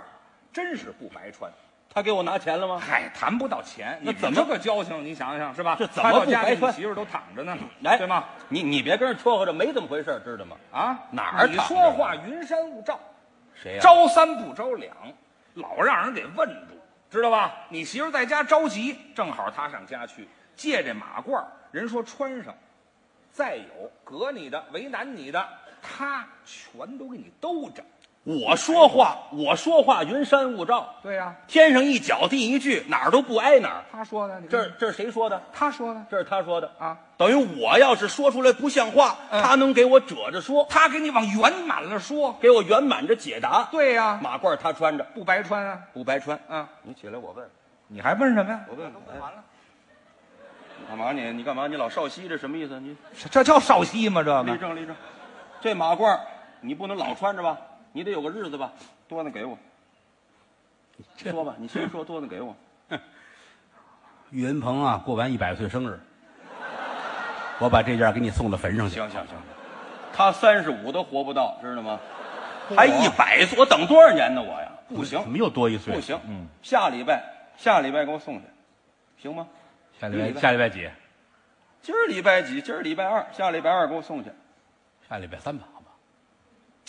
S4: 真是不白穿。
S5: 他给我拿钱了吗？
S4: 嗨，谈不到钱，
S5: 那
S4: 你
S5: 怎么
S4: 这个交情？你想想是吧？
S5: 这怎么不白
S4: 他
S5: 穿
S4: 到家里你媳妇儿都躺着呢，
S5: 哎，
S4: 对吗？？
S5: 你你别跟人撮合着，没这么回事儿，知道吗？
S4: 啊，
S5: 哪儿
S4: 你
S5: 躺着
S4: 说
S5: 呢
S4: 话云山雾罩，
S5: 谁呀、
S4: 着三不着两，老让人给问住，知道吧？你媳妇儿在家着急，正好她上家去借这马褂儿，人说穿上，再有隔你的、为难你的，她全都给你兜着。
S5: 我说话，我说话云山雾罩，
S4: 对呀、
S5: 天上一脚地一句，哪儿都不挨哪儿。
S4: 她说的，你
S5: 这这是谁说的？
S4: 她说的
S5: 这是他说的
S4: 啊。嗯
S5: 等于我要是说出来不像话，他能给我褶着说，
S4: 她给你往圆满了说。
S5: 给我圆满着解答。
S4: 对啊呀、
S5: 马褂他穿着，
S4: 不白穿啊。
S5: 不白穿。
S4: 嗯，
S5: 你起来，我问，
S3: 你还问什么呀？
S5: 我问，哎
S4: 完了，
S5: 干嘛你？你干嘛？你老少息，这什么意思？你
S3: 这叫少息吗？这
S5: 立
S3: 个
S5: 正立正，这马褂你不能老穿着吧？你得有个日子吧？多的给我，说吧，你先说多的给我。
S2: 岳云鹏啊，过完一百岁生日，我把这件给你送到坟上去。
S5: 行行行，他三十五都活不到，知道吗？还一百岁，我等多少年呢？我呀，不
S2: 怎
S5: 行
S2: 么又多一岁？
S5: 不，行，下礼拜下礼拜给我送去，行吗？
S2: 下礼嗯拜下礼拜几？
S5: 今儿礼拜几？今儿礼拜二，下礼拜二给我送去。
S2: 下礼拜三吧，好吧？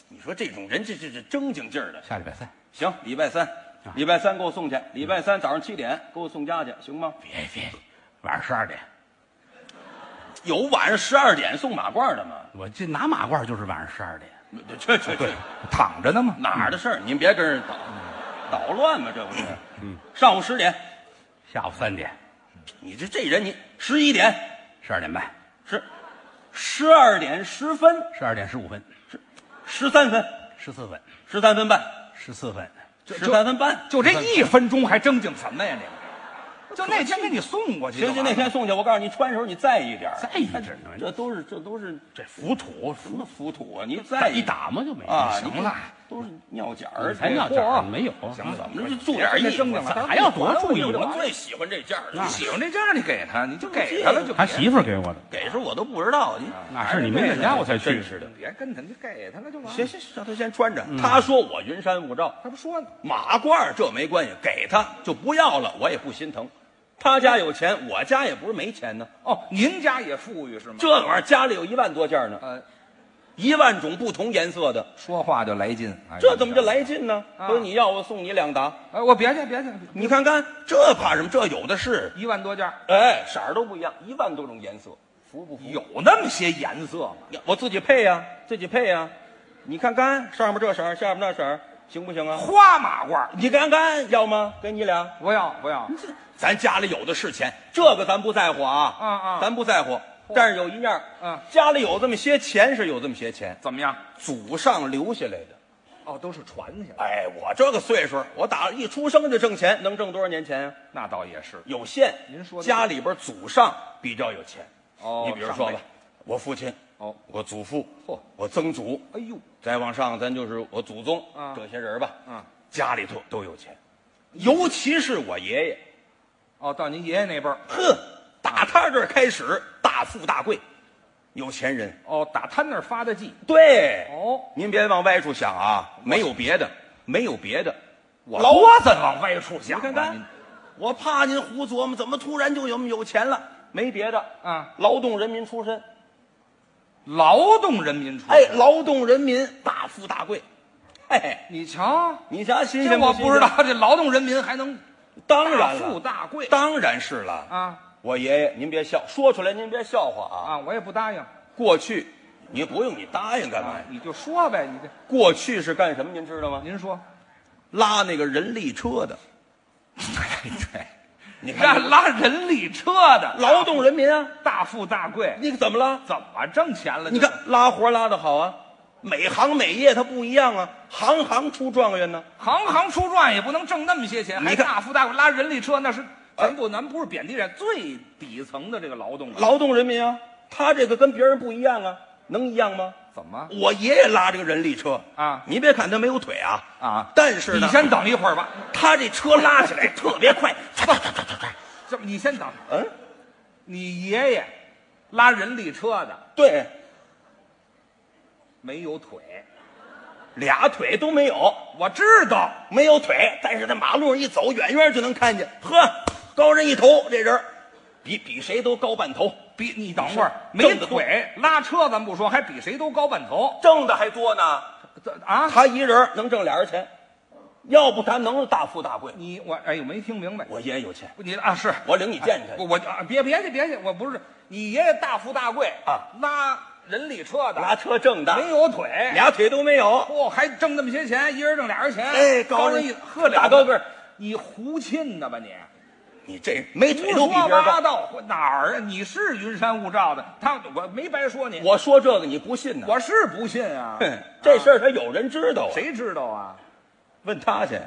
S5: 你说这种人，这这这正经劲儿的。
S2: 下礼拜三。
S5: 行，礼拜三，礼拜三给我送去，礼拜三早上七点给我送家去，行吗？
S2: 别别，晚上十二点，
S5: 有晚上十二点送马褂的吗？
S2: 我这拿马褂就是晚上十二点。
S5: 去去去，
S3: 躺着呢吗？
S5: 哪儿的事儿？您别跟人捣捣乱嘛，这不是？嗯，上午十点，
S2: 下午三点，
S5: 你这这人，你十一点
S2: 十二点半，
S5: 是十二点十分，
S2: 十二点十五分，
S5: 十三分，
S2: 十四分，
S5: 十三分半，
S2: 十四分，
S5: 十三分搬。
S4: 就这一分钟还正经什么呀？你们，就那天给你送过去就
S5: 行
S4: 完了，
S5: 行，那天送去，我告诉你，穿的时候你在意点儿
S2: 在意着呢
S5: 这都是这都是
S2: 这浮土
S5: 什么浮土啊？你
S2: 再
S5: 在意
S2: 一打嘛就没
S5: 啊？
S2: 行
S5: 你
S2: 了，
S5: 都是尿角儿，
S2: 才尿角儿没有，啊
S5: 这怎么着
S2: 了？
S5: 就注点儿意思
S4: 这正经的
S2: 还要多注意
S5: 我
S2: 我
S5: 最喜欢这件儿了，
S4: 喜欢这价你给他，你就给他
S5: 他
S4: 了
S5: 了
S4: 就。
S2: 他媳妇儿给我的，
S5: 给时候我都不知道你。
S2: 那是你没在家我才去
S5: 真是的。
S4: 别跟他，你就给他了就完了。
S5: 行行，行让他先穿着。
S2: 嗯
S5: 他说我云山雾罩，
S4: 他不说呢，
S5: 马褂儿这没关系，给他就不要了，我也不心疼。他家有钱，我家也不是没钱呢。
S4: 哦，您家也富裕是吗？
S5: 这玩意儿家里有一万多件呢，
S4: 呃，
S5: 一万种不同颜色的，
S3: 说话就来劲。哎
S5: 这怎么就？来劲呢？
S2: 哎
S5: 不是你要我送你两打，
S4: 呃
S3: 哎，我别去，别去，
S5: 你看看这怕什么？这有的是，
S2: 啊
S4: 一万多件儿，
S5: 哎，色儿都不一样，一万多种颜色，服不服？
S4: 有那么些颜色吗？
S5: 我自己配呀、自己配呀、你看看上面这色儿，下面那色儿，行不行啊？
S4: 花马褂儿，
S5: 你看看要吗？给你俩。
S3: 不要不要，
S5: 咱家里有的是钱，这个咱不在乎啊，
S4: 嗯嗯
S5: 咱不在乎。但是有一样，
S4: 嗯，
S5: 家里有这么些钱是有这么些钱，
S4: 怎么样？
S5: 祖上留下来的。
S4: 哦，都是传下来。
S5: 哎，我这个岁数，我打一出生就挣钱，能挣多少年钱啊？
S4: 那倒也是，
S5: 有限。
S4: 您说的
S5: 家里边祖上比较有钱，
S4: 哦
S5: 你比如说
S4: 上辈
S5: 吧，我父亲，
S4: 哦，
S5: 我祖父，
S4: 嚯
S5: 我曾祖，
S4: 哎呦，
S5: 再往上咱就是我祖宗，
S4: 啊嗯
S5: 这些人吧，
S4: 啊，
S5: 家里头都有钱，尤其是我爷爷，
S4: 哦，到您爷爷那辈儿，
S5: 哼，打他这儿开始大富大贵，有钱人。
S4: 哦，打他那儿发的迹，
S5: 对，
S4: 哦，
S5: 您别往歪处想啊，没有别的，没有别的。我
S4: 老我怎往歪处想
S5: 你
S4: 啊？
S5: 看看
S4: 您，
S5: 我怕您胡琢磨，怎么突然就有有钱了？没别的
S4: 啊，
S5: 劳动人民出身，
S4: 嗯劳动人民出身
S5: 哎，，劳动人民大富大贵，嘿嘿，
S4: 你瞧，
S5: 你瞧新
S4: 这
S5: 鲜
S4: 我
S5: 新鲜
S4: 不知道，，这劳动人民还能
S5: 当
S4: 大
S5: 然
S4: 富
S5: 了，
S4: 大贵
S5: 当然是了。
S4: 啊
S5: 我爷爷，您别笑，说出来您别笑话啊。
S4: 啊！我也不答应，
S5: 过去，你不用你答应干嘛
S4: 啊
S5: 呀？
S4: 你就说呗，你这
S5: 过去是干什么？您知道吗？
S4: 您说，
S5: 拉那个人力车的。哎对，你
S4: 拉
S5: 看
S4: 拉人力车的
S5: 劳动人民啊，
S4: 大富大贵，
S5: 你怎么了？
S4: 怎么挣钱了？
S5: 你看拉活拉的好啊，每行每业它不一样啊，行行出状元呢。
S4: 行行出状元也不能挣那么些钱，
S5: 你
S4: 还
S5: 看哎
S4: 大富大贵，拉人力车那是咱不咱不是贬低人，最底层的这个劳动者
S5: 劳动人民啊，他这个跟别人不一样啊，能一样吗？
S4: 怎么
S5: 我爷爷拉这个人力车
S4: 啊
S5: 你别看他没有腿啊
S4: 啊
S5: 但是
S4: 你
S5: 呢，
S4: 先等一会儿吧，
S5: 他这车拉起来特别 快，
S4: 这么你先等，
S5: 嗯，
S4: 你爷爷拉人力车的
S5: 对，
S4: 没有腿，
S5: 俩腿都没有，
S4: 我知道，
S5: 没有腿，但是在马路上一走，远远就能看见。呵，高人一头，这人儿比比谁都高半头，
S4: 比你等会儿
S5: 是
S4: 没
S5: 挣得多
S4: 腿拉车咱不说，还比谁都高半头，
S5: 挣的还多呢。
S4: 这啊，
S5: 他一人能挣俩人钱，要不他能大富大贵。
S4: 你我哎呦没听明白，
S5: 我爷爷有钱，
S4: 你啊是
S5: 我领你见见他去。
S4: 我我啊别别去别去，我不是你爷爷大富大贵
S5: 啊，
S4: 拉人力车的
S5: 拉车挣的，
S4: 没有腿，
S5: 俩腿都没有。
S4: 嚯、还挣那么些钱，一人挣俩人钱，
S5: 哎
S4: 高
S5: 高
S4: 人
S5: 人
S4: 一呵
S5: 大
S4: 俩
S5: 高个儿，
S4: 你胡沁呢吧你？
S5: 你这没腿
S4: 胡
S5: 都比
S4: 说
S5: 别人
S4: 八
S5: 高。
S4: 道，哪儿啊？你是云山雾罩的，他我没白说你，
S5: 我说这个你不信呢？
S4: 我是不信啊，
S5: 哼这事儿他有人知道啊，
S4: 谁知道啊？
S5: 问他去？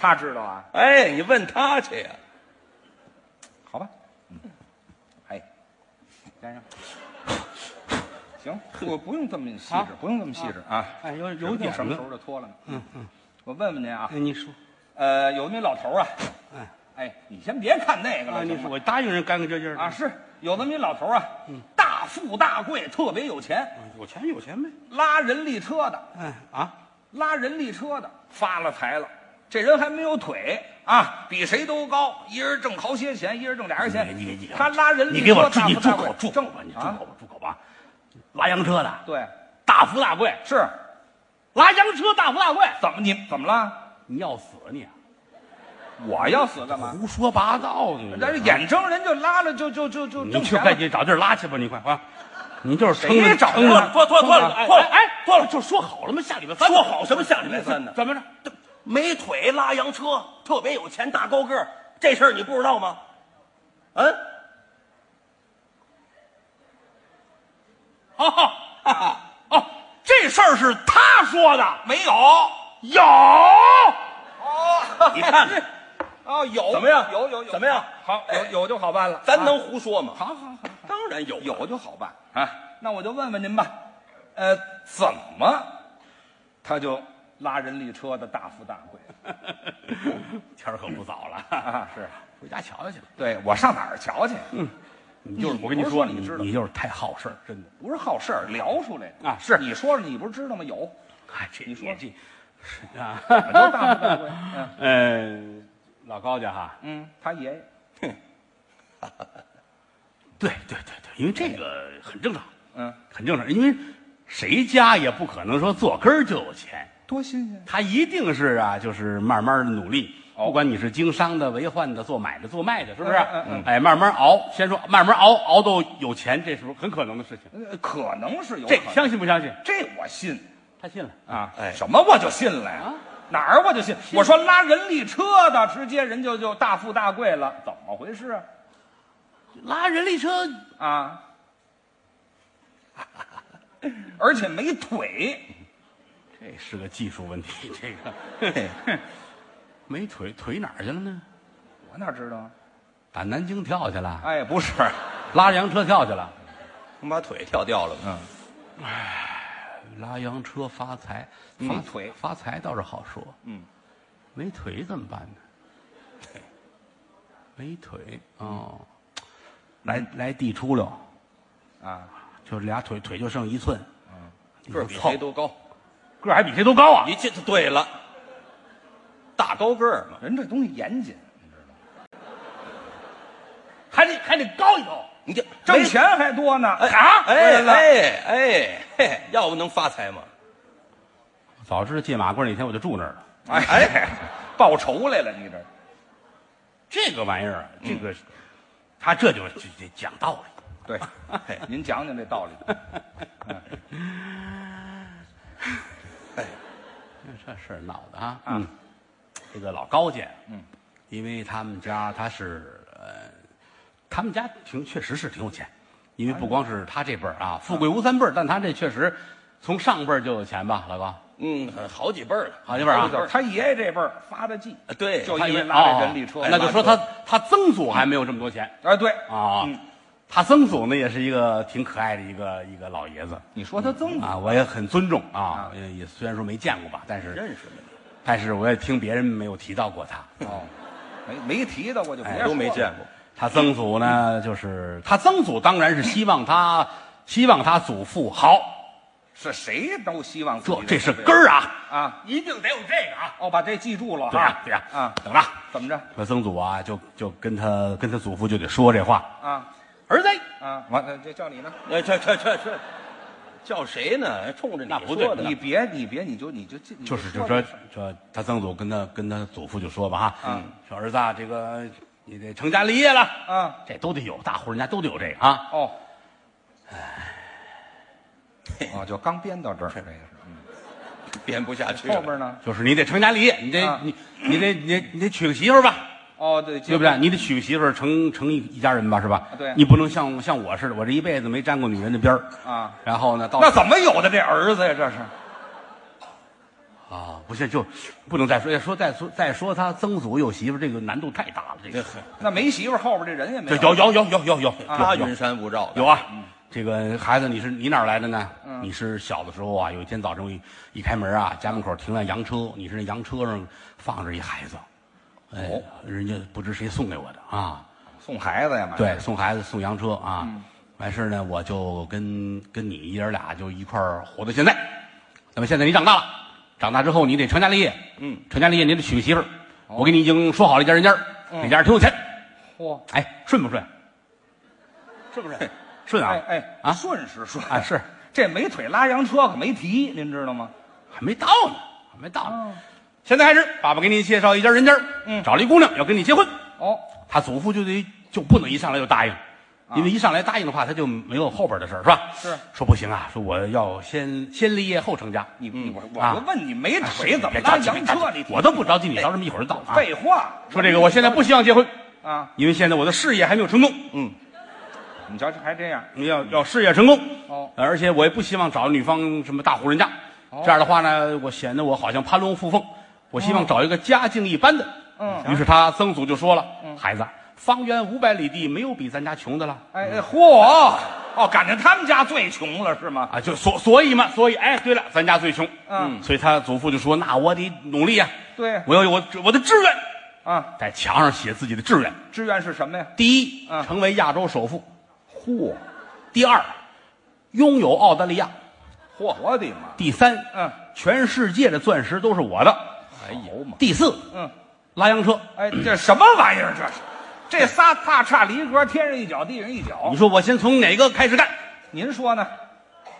S4: 他知道啊？
S5: 哎，你问他去呀。
S4: 好吧，嗯，哎，先生，行，我不用这么细致，不用这么细致啊。
S2: 哎，有有
S4: 你
S2: 点
S4: 什么时
S2: 子，
S4: 候就脱了呢？嗯嗯，我问问您啊，
S2: 哎，你说
S4: 呃，有那么一老头儿啊，
S2: 哎
S4: 哎，你先别看那个
S2: 啊，
S4: 了，
S2: 你
S4: 行吗
S2: 说我答应人干干净净的
S4: 啊，，是有那么一老头儿啊，大富大贵，特别有钱，
S2: 有钱有钱呗，
S4: 拉人力车的，
S2: 哎啊，
S4: 拉人力车的发了财了。这人还没有腿啊，比谁都高，一人挣好些钱，一人挣俩人钱。
S2: 你你你
S4: 他拉人力
S2: 你给
S4: 车，
S2: 我住
S4: 大
S2: 你
S4: 富
S2: 住
S4: 大
S2: 口
S4: 贵
S2: 住口
S4: 挣
S2: 吧，你住
S4: 啊
S2: 口吧住口吧，拉洋车的
S4: 对，
S2: 大富大贵，
S4: 是
S2: 拉洋车大富大贵，
S4: 怎么你怎么了？
S2: 你要死你啊！
S4: 我要死干嘛？
S2: 胡说八道呢！
S4: 人家眼睁人就拉了，就就就就
S2: 你
S4: 挣
S2: 去
S4: 钱
S2: 快
S4: 了。
S2: 去找地儿拉去吧，你快啊！你就是撑
S4: 谁
S2: 着
S4: 找地
S2: 撑着
S4: 儿啊，
S5: 脱脱脱了
S2: 哎
S5: 脱了
S2: 哎，脱了就说好了吗？下礼拜三
S5: 说好什么下礼拜三呢？
S2: 怎么着？
S4: 哦
S5: 没腿拉洋车，特别有钱，大高个儿，这事儿你不知道吗？嗯，
S2: 哦哦哦，这这事儿是他说的，
S4: 没有。
S2: 有
S4: 哦，
S5: 你看看，
S4: 哦，有
S5: 怎么样？
S4: 有有有，
S5: 怎么样？
S4: 好，有
S5: 哎
S4: 有就好办了。啊
S5: 咱能胡说吗？
S4: 好好好，
S5: 当然有，有就好办。
S4: 啊，
S5: 那我就问问您吧，
S4: 呃，怎么他就拉人力车的大富大贵？
S2: 天儿可不早了，
S4: 啊，是
S2: 回家瞧瞧去吧。
S4: 对我上哪儿瞧去？
S2: 你就是我跟
S4: 你
S2: 你说，
S4: 不是说你知道
S2: 你就是太好事儿，真的。
S4: 不是好事儿，聊出来的
S2: 啊是
S4: 你说说，你不是知道吗？有，
S2: 哎，这
S4: 你说
S2: 你这是啊，
S4: 我就大富大贵。嗯
S2: 呃，老高家哈，
S4: 嗯，他爷爷，
S2: 对对对对，因为这个很正常，
S4: 嗯，
S2: 很正常，因为谁家也不可能说坐根儿就有钱，
S4: 多新鲜！
S2: 他一定是啊，就是慢慢的努力，不管你是经商的、为患的、做买的、做卖的，是不是？
S4: 嗯嗯
S2: 哎，慢慢熬，先说慢慢熬，熬到有钱，这是不是很可能的事情？
S4: 呃可能是有
S2: 这
S4: 可能，
S2: 相信不相信？
S4: 这我信
S2: 他信了
S4: 啊！
S5: 哎
S4: 什么我就信了呀
S2: 啊？
S4: 哪儿我就信？我说拉人力车的，直接人就就大富大贵了，怎么回事啊？
S2: 拉人力车，
S4: 啊， 而且没腿，
S2: 这是个技术问题，这个 没腿腿哪儿去了呢？
S4: 我哪知道啊？
S2: 打南京跳去了，
S4: 哎，不是，
S2: 拉洋车跳去了，
S5: 能把腿跳掉了吗？
S2: 拉洋车发财，
S4: 嗯
S2: 发
S4: 腿
S2: 发财倒是好说，
S5: 嗯，
S2: 没腿怎么办呢？ 没腿哦，来来地出溜，
S4: 啊，
S2: 就俩腿腿就剩一寸，嗯，
S5: 个儿比谁都高。
S2: 个儿还比谁都高啊！
S5: 一进对了，大高个儿嘛，
S4: 人这东西严谨，
S2: 还得还得高一头，
S5: 你这
S4: 挣钱还多呢
S5: 哎
S4: 啊！
S5: 哎
S4: 为了
S5: 哎哎嘿，要不能发财吗？
S2: 早知道进马棍那天我就住那儿了。
S4: 哎哎，报仇来了，你这
S2: 这个玩意儿啊，这个他这就就就讲道理。
S4: 对，嘿您讲讲这道理。啊
S2: 这事儿闹的啊，嗯，这个老高家，嗯，因为他们家他是呃，他们家挺确实是挺有钱，因
S4: 哎
S2: 为不光是他这辈儿啊，富贵无三辈儿，但他这确实从上辈儿就有钱吧，老高，
S5: 嗯，好几辈儿了，啊
S2: 好几辈儿啊，
S4: 就是他爷爷这辈儿发的迹，
S5: 对，
S4: 就
S2: 他
S4: 因
S2: 也
S4: 为拉这人力车
S2: 哦，那就说他
S5: 拉
S2: 他曾祖还没有这么多钱
S4: 啊，对，
S2: 啊，他曾祖呢也是一个挺可爱的一个一个老爷子
S4: 你说嗯哦他曾祖
S2: 啊，我也很尊重啊，也也虽然说没见过吧，但是
S5: 认识的，
S2: 但是我也听别人没有提到过 他。
S4: 哦，没没提到过就别
S2: 哎
S4: 说了
S5: 都没见过。
S2: 他曾祖呢，就是他曾祖当然是希望他，希望他祖父好，
S4: 是谁都希望自己
S2: 这
S4: 的
S2: 这是根儿啊，
S4: 啊！
S2: 一定得有这个啊。
S4: 哦，把这记住了
S2: 对呀
S4: 哈，
S2: 对呀，
S4: 啊，
S2: 等着。
S4: 怎么着
S2: 说曾祖啊，就就跟他跟他祖父就得说这话，
S4: 啊
S2: 儿子，
S4: 啊？完了，这叫你呢？
S5: 哎，这这这这叫谁呢？冲着你
S2: 那不
S5: 说
S2: 对
S5: 的
S4: 你别你别你就你就进，你
S2: 就是就
S4: 嗯说
S2: 说说他曾祖跟他跟他祖父就说吧哈
S4: 嗯，
S2: 说儿子啊，这个你得成家立业了，
S4: 啊
S2: 这都得有，大户人家都得有这个啊。
S4: 哦，
S2: 哎
S4: 哦，就刚编到这儿，这个是
S5: 编不下去了
S4: 后边呢？
S2: 就是你得成家立业，你得
S4: 啊
S2: 你你得你得你得娶个媳妇儿吧，
S4: 哦，对，
S2: 对不对？你得娶个媳妇儿，成成一一家人吧，是吧？
S4: 啊对
S2: 你不能像像我似的，我这一辈子没沾过女人的边儿
S4: 啊。
S2: 然后呢，到
S4: 那怎么有的这儿子呀？这是
S2: 啊，不是就不能再说，说再说再说他曾祖有媳妇儿，这个难度太大了。这个
S4: 那没媳妇儿，后边这人也
S2: 这
S4: 没
S2: 有有有有有有
S5: 他
S2: 有
S5: 云山雾罩的
S2: 有，啊！这个孩子，你是你哪儿来的呢？
S4: 嗯
S2: 你是小的时候啊，有一天早晨我一一开门啊，家门口停辆洋车，你是那洋车上放着一孩子，哎，
S4: 哦
S2: 人家不知谁送给我的啊。
S4: 送孩子呀嘛。
S2: 对，哎送孩子送洋车啊。
S4: 嗯
S2: 完事儿呢，我就跟跟你一爷俩就一块儿活到现在。那么现在你长大了，长大之后你得成家立业，嗯，成家立业你得娶个媳妇儿。
S4: 哦
S2: 我给你已经说好了，一家人家儿，
S4: 嗯
S2: 那家人挺有钱，
S4: 嚯，
S2: 哎，顺不顺？顺不顺？顺啊！
S4: 哎哎
S2: 啊
S4: 顺是顺
S2: 啊是，
S4: 这没腿拉洋车可没提，您知道吗？
S2: 还没到呢，还没到
S4: 哦
S2: 呢。现在开始，爸爸给你介绍一家人家儿，
S4: 嗯
S2: 找了一姑娘要跟你结婚，
S4: 哦，
S2: 他祖父就得就不能一上来就答应，因为一上来答应的话，他就没有后边的事儿，是吧？
S4: 啊是
S2: 说不行啊，说我要先先立业后成家。
S4: 你你我
S2: 啊
S4: 我就问你没腿
S2: 谁
S4: 怎么拉洋车？你
S2: 我都不着急，你到这么一会儿就到了啊。
S4: 废话。
S2: 说这个，我现在不希望结婚，
S4: 啊
S2: 因为现在我的事业还没有成功。
S5: 嗯，
S4: 你瞧这还这样，
S2: 你要要事业成功
S4: 哦
S2: 呃而且我也不希望找女方什么大户人家，这样的话呢，我显得我好像攀龙附凤。我
S4: 哦
S2: 希望找一个家境一般的。嗯，于是他曾祖就说了：“
S4: 嗯
S2: 孩子，方圆五百里地没有比咱家穷的了
S4: 哎，哎嚯！哦，赶上他们家最穷了是吗？
S2: 啊！”就所所以嘛，所以哎，对了，咱家最穷。
S4: 嗯，
S2: 所以他祖父就说：“那我得努力呀、
S4: 对
S2: 我要有我我的志愿。”
S4: 啊，
S2: 在墙上写自己的志愿：
S4: 志愿是什么呀？
S2: 第一，
S4: 嗯
S2: 成为亚洲首富；
S4: 嚯，
S2: 第二，拥有澳大利亚；
S4: 嚯，我的妈！
S2: 第三，
S4: 嗯，
S2: 全世界的钻石都是我的。
S3: 哎呦妈！
S2: 第四，
S4: 嗯，
S2: 拉洋车。
S4: 哎，这什么玩意儿？这是，这仨大差离格，天上一脚，地上一脚
S2: 你。说我先从哪个开始干？
S4: 您说呢？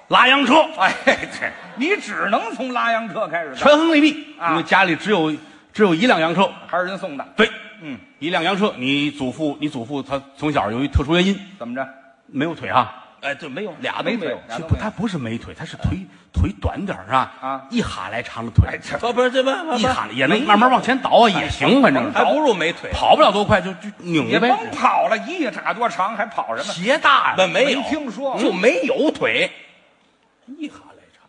S2: 拉洋车，
S4: 哎，这你只能从拉洋车开始干，
S2: 权衡利弊，
S4: 啊
S2: 因为家里只有只有一辆洋车。
S4: 还是人送的？
S2: 对，
S4: 嗯，
S2: 一辆洋车。你祖父，你祖父他从小由于特殊原因
S4: 怎么着？
S2: 没有腿啊，
S4: 哎，对，没有
S2: 俩
S4: 俩
S2: 都
S4: 没有，
S2: 其
S4: 俩
S2: 实
S4: 都
S2: 不，
S4: 没
S2: 他
S4: 有。
S2: 不是没腿，他是腿腿短点儿是吧？
S4: 啊
S2: 一哈来长的腿，
S4: 哎，这
S5: 哦，不是，这不不
S2: 一哈来也能慢慢往前倒啊，也行，反正
S5: 还不如没腿。
S2: 跑不了多快，就就拧
S4: 也
S2: 着
S4: 甭
S2: 呗。
S4: 跑了，一拃多长，还跑什么？
S2: 鞋大呀，
S5: 本没有
S4: 没听说
S5: 就没有腿，
S2: 一哈来长。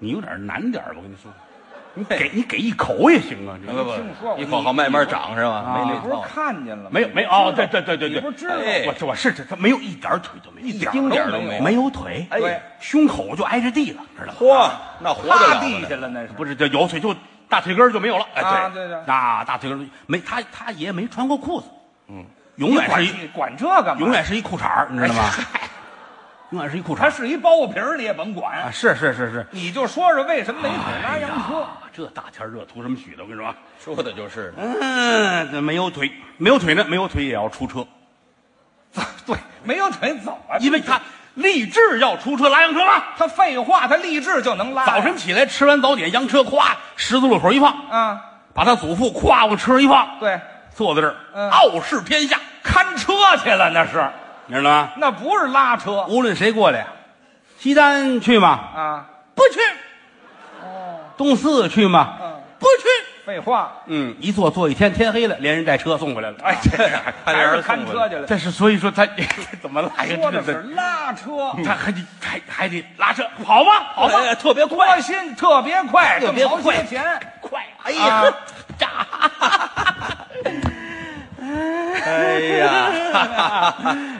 S2: 你有点难点儿，我跟你 说，
S5: 你
S2: 给你给一口也行啊。这
S5: 哎不不
S4: 听说过
S5: 不，一口好慢慢长是吧？
S2: 啊
S5: 没
S4: 你
S5: 那
S4: 不是
S5: 套，
S4: 看见了吗？
S2: 没有没有哦，对对对对对，
S4: 你不是知道吗
S5: 哎
S2: 我这我是这他没有一点儿腿都没有，一
S4: 点儿
S5: 丁点儿
S4: 都
S5: 都没
S2: 没有腿，
S5: 哎
S4: 对
S2: 胸口就挨着地了，知道吗？
S5: 嚯，那活得
S4: 趴
S5: 了
S4: 地
S5: 吗
S4: 下了那是。
S2: 不是，这有腿就大腿根儿就没有了，
S4: 啊
S2: 哎
S4: 对对
S2: 那大腿根儿没他他爷没穿过裤子，嗯，永远是一
S4: 你管这干嘛？
S2: 永远是一裤衩儿，你知道 吗？永远是一裤衩
S4: 他
S2: 儿
S4: 是一包皮儿，你也甭管。
S2: 啊，是是是是，
S4: 你就说说为什么没腿拉
S2: 哎
S4: 洋车？
S2: 呀，这大天儿热图什么许的？我跟你说啊，
S5: 说的就是
S2: 嗯，这没有腿，没有腿呢，没有腿也要出车，
S4: 对，没有腿走啊，
S2: 因为他立志要出车拉洋车嘛。
S4: 他废话，他励志就能拉。
S2: 早晨起来吃完早点，洋车咵十字路口一放，
S4: 啊，
S2: 把他祖父咵往车上一放，
S4: 对，
S2: 坐在这儿、
S4: 嗯
S2: 傲视天下，
S4: 看车去了那是，
S2: 你知道吗？
S4: 那不是拉车
S2: 无论谁过来，啊西单去吗？
S4: 啊。
S2: 不去。东四去吗？
S4: 嗯
S2: 不去。
S4: 废 话，
S2: 嗯，一坐坐一天，天黑了，连人带车送回来了。
S4: 哎，这
S5: 看
S4: 还
S5: 着
S4: 是
S5: 人
S4: 看
S5: 送哎
S4: 车
S5: 过
S4: 去了。
S2: 这是所以说他 怎么拉呀？
S4: 说
S2: 这这
S4: 的是拉车，
S5: 嗯
S2: 他还得还还得拉车跑吧跑吧，
S5: 哎特别
S4: 多
S5: 快，
S4: 心特别快，
S5: 特别
S4: 挣好些
S5: 快
S4: 钱。
S2: 快！哎
S5: 哎 呀，
S2: 炸！
S5: 哎呀，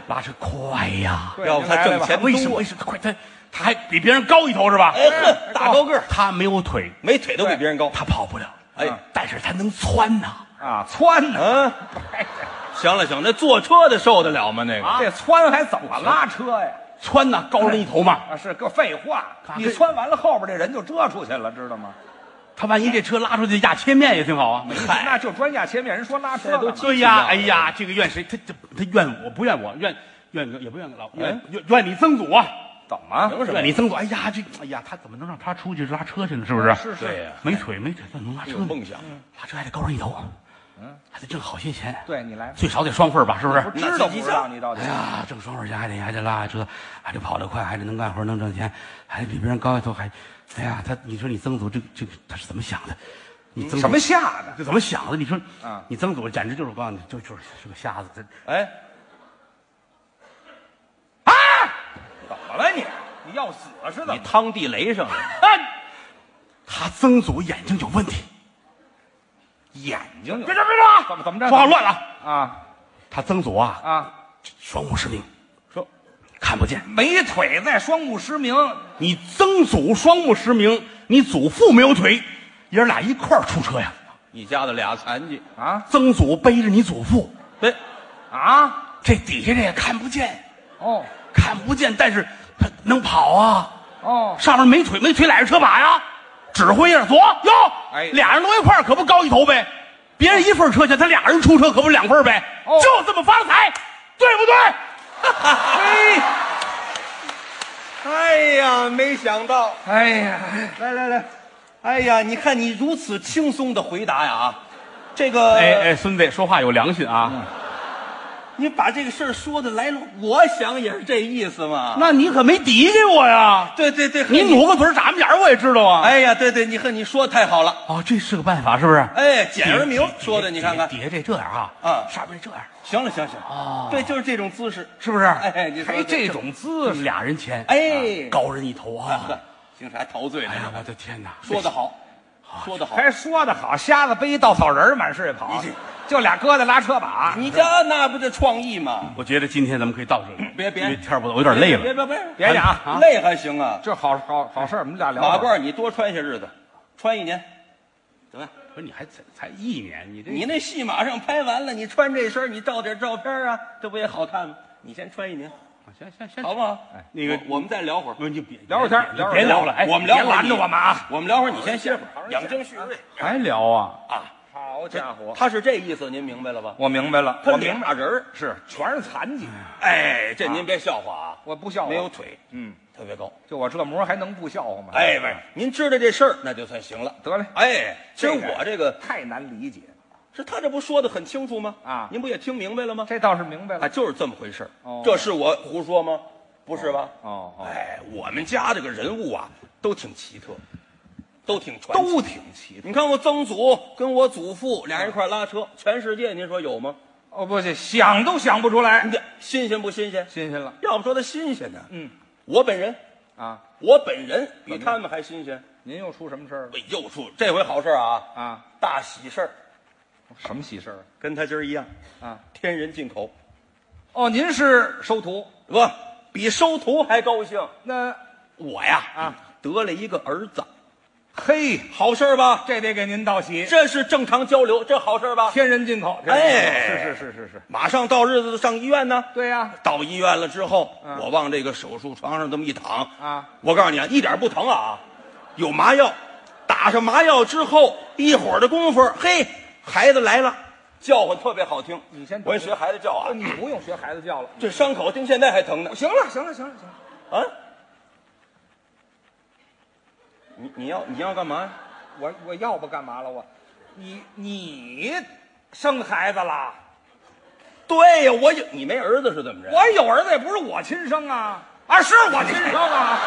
S2: 拉车快呀！哎
S4: 对
S5: 要不他挣
S2: 他
S5: 钱多
S2: 为什么？为什么快？他他还比别人高一头是吧？
S5: 哎呵，大高个儿，
S2: 他没有腿，
S5: 没腿都比别人高。
S2: 他跑不了。
S5: 哎
S2: 嗯，但是他能窜呐！
S4: 啊，窜呢，
S5: 嗯，行了行了，那坐车的受得了吗？那个
S4: 这窜还怎么拉车呀？
S2: 窜呐，高人一头嘛。
S5: 嗯
S4: 啊，是个废话
S2: 啊，
S4: 你
S2: 这
S4: 窜完了后边这人就遮出去了，知道吗？
S2: 他万一这车拉出去压切面也挺好啊。
S4: 那就专家切面人说拉车干嘛
S2: 对呀，哎呀，这个怨谁？他他他怨我不怨我，怨怨也不怨老怨怨怨你曾祖啊！
S4: 怎么？
S5: 哎凭什么
S2: 怨？你曾祖！哎呀，这哎呀，他怎么能让他出去拉车去呢？是不是？
S4: 是是
S5: 对呀，
S2: 没腿没腿，他能拉车
S5: 有
S2: 呢？
S5: 梦想，
S2: 拉车还得高人一头，嗯，还得挣好些钱，
S4: 对你来吧，
S2: 最少得双份儿吧？是不是？
S4: 不知道不知道你到底
S2: 哎？呀，挣双份儿钱还得还得拉车，还得跑得快，还得能干活能挣钱，还得比别人高一头，还，哎呀，他你说你曾祖这个这个他是怎么想的？你曾祖
S4: 什么吓的？
S2: 这怎么想的？你说
S4: 啊
S2: 你曾祖简直就是我告诉你，就就是是个瞎子。这
S5: 哎，
S4: 怎么了你？你要死是怎
S5: 你
S4: 么？
S5: 趟地雷上了，
S2: 哎他曾祖眼睛有问题，
S4: 眼睛有
S2: 别着别着啊，
S4: 怎么怎么着
S2: 说话乱了。
S4: 啊
S2: 他曾祖啊，
S4: 啊！
S2: 双目失明，说看不见。
S4: 没腿在双目失明，
S2: 你曾祖双目失明，你祖父没有腿，爷儿俩一块儿出车呀。
S5: 你家的俩残疾，
S4: 啊
S2: 曾祖背着你祖父，
S5: 对，
S4: 啊！
S2: 这底下这也看不见，
S4: 哦
S2: 看不见，但是他能跑啊。
S4: 哦，
S2: 上面没腿没腿，俩人车把呀，指挥呀，左右，
S4: 哎
S2: 俩人挪一块儿可不高一头呗？别人一份儿车钱，他俩人出车可不是两份儿呗？
S4: 哦
S2: 就这么发财，对不对？
S4: 嘿，
S5: 哎呀，没想到，
S4: 哎呀，
S5: 来来来，哎呀，你看你如此
S2: 哎
S5: 轻松的回答呀啊，这个，
S2: 哎，孙子说话有良心啊！
S5: 你把这个事儿说的来龙，我想也是这意思嘛。
S2: 那你可没敌给我呀！
S5: 对对对，
S2: 你
S5: 努。
S2: 努个嘴儿眨巴眼儿我也知道啊。，
S5: 哎呀，对对，你和你说太好了，
S2: 哦，这是个办法，是不是？
S5: 哎，简而明说的，你看看，
S2: 底下这这样啊，
S5: 嗯
S2: 上面这样，
S5: 行了行了行啊，对，就是这种姿势，
S2: 是不是？
S5: 哎你说
S2: 还
S5: 的
S2: 这种姿势，俩人前，
S5: 哎
S2: 啊高人一头
S5: 呵
S2: 啊！，
S5: 竟是还陶醉
S2: 哎呀
S5: 呢，，
S2: 我的哎天哪！
S5: 说的好，说的好，
S4: 还说的好，瞎子背一稻草人儿满世界跑，就俩疙瘩拉车把。
S5: 你这那不就创意吗？
S2: 我觉得今天咱们可以到这里，
S5: 别别
S2: 因为天儿不早，我有点累
S5: 别
S2: 了。
S5: 别别
S4: 别讲啊，
S5: 别，累还行啊，
S3: 这好好好事儿，我们俩聊会
S5: 马
S3: 儿
S5: 褂你多穿些日子，穿一年，怎么样？
S2: 不是你还才才一年，你这
S5: 你那戏马上拍完了，你穿这身儿，你照点照片啊，这不也好看吗？你先穿一年，
S2: 行行行，
S5: 好不好？
S2: 那个
S5: 哎我我们再聊会儿，
S2: 不是你别
S3: 聊会儿天儿
S2: 别
S3: 聊会儿天儿
S2: 别聊了，哎，
S5: 我们聊会
S2: 别
S5: 儿
S2: 拦
S5: 你
S2: 着我们啊！
S5: 我们聊会儿，你先歇会儿，养精蓄锐。
S2: 还聊啊？
S4: 好家伙，
S5: 他是这意思，您明白了吧？
S4: 我明白了，
S5: 他
S4: 我明白，
S5: 俩人儿
S4: 是全是残疾，
S5: 哎，这您别笑话啊，
S3: 我不笑话，
S5: 没有腿，
S4: 嗯，
S5: 特别高。
S3: 就我这模还能不笑话吗？
S5: 哎，喂，您知道这事儿，那就算行了。
S3: 得嘞，
S5: 哎，其实
S4: 这个
S5: 我这个
S4: 太难理解。
S5: 是他这不说的很清楚吗？
S4: 啊
S5: 您不也听明白了吗？
S3: 这倒是明白
S5: 啊，
S3: 了。
S5: 就是这么回事儿
S3: 哦
S5: 这是我胡说吗？不是吧？
S3: 哦哦，
S5: 哎，我们家这个人物啊，都挺奇特，都挺传奇。
S4: 都挺奇特。
S5: 你看我曾祖跟我祖父俩人一块儿拉车，全世界您说有吗？
S3: 哦不，这新
S4: 想都想不出来
S5: 你。这新鲜不新鲜？
S3: 新鲜了
S5: 要不说他新鲜呢？
S4: 嗯，
S5: 我本人，
S3: 啊！
S5: 我本人比他们还新鲜。
S3: 您又出什么事儿了
S5: 哎呦，出这回好事儿啊！
S3: 啊？
S5: 大喜事儿，
S3: 什么喜事儿
S5: 跟他今儿一样，
S3: 啊？
S5: 天人进口，
S3: 哦，您是收徒，
S5: 不比收徒还高兴。
S3: 那
S5: 我呀，
S3: 啊，
S5: 得了一个儿子，
S4: 嘿，
S5: 好事儿吧？
S4: 这得给您道喜，
S5: 这是正常交流，这好事儿
S3: 啊
S5: 吧？
S4: 天人进口。天人进口
S5: 哎，
S3: 是是是是，
S5: 马上到日子上医院呢。
S4: 对呀、
S5: 到医院了之后，
S4: 嗯
S5: 我往这个手术床上这么一躺
S3: 啊，
S5: 我告诉你啊，一点不疼啊，有麻药，打上麻药之后，一会儿的功夫，嘿，孩子来了，叫唤特别好听。
S3: 你先
S5: 我也学孩子叫啊，
S3: 你不用学孩子叫了，
S5: 这伤口盯现在还疼呢。
S4: 行了，行了，行了，行了。
S5: 啊，你你要你要干嘛呀？
S4: 我我要不干嘛了？我，你你生孩子啦？
S3: 啊
S5: 对呀，我有你没儿子是怎么着？
S4: 我有儿子也不是我亲生啊，啊，是我亲生啊，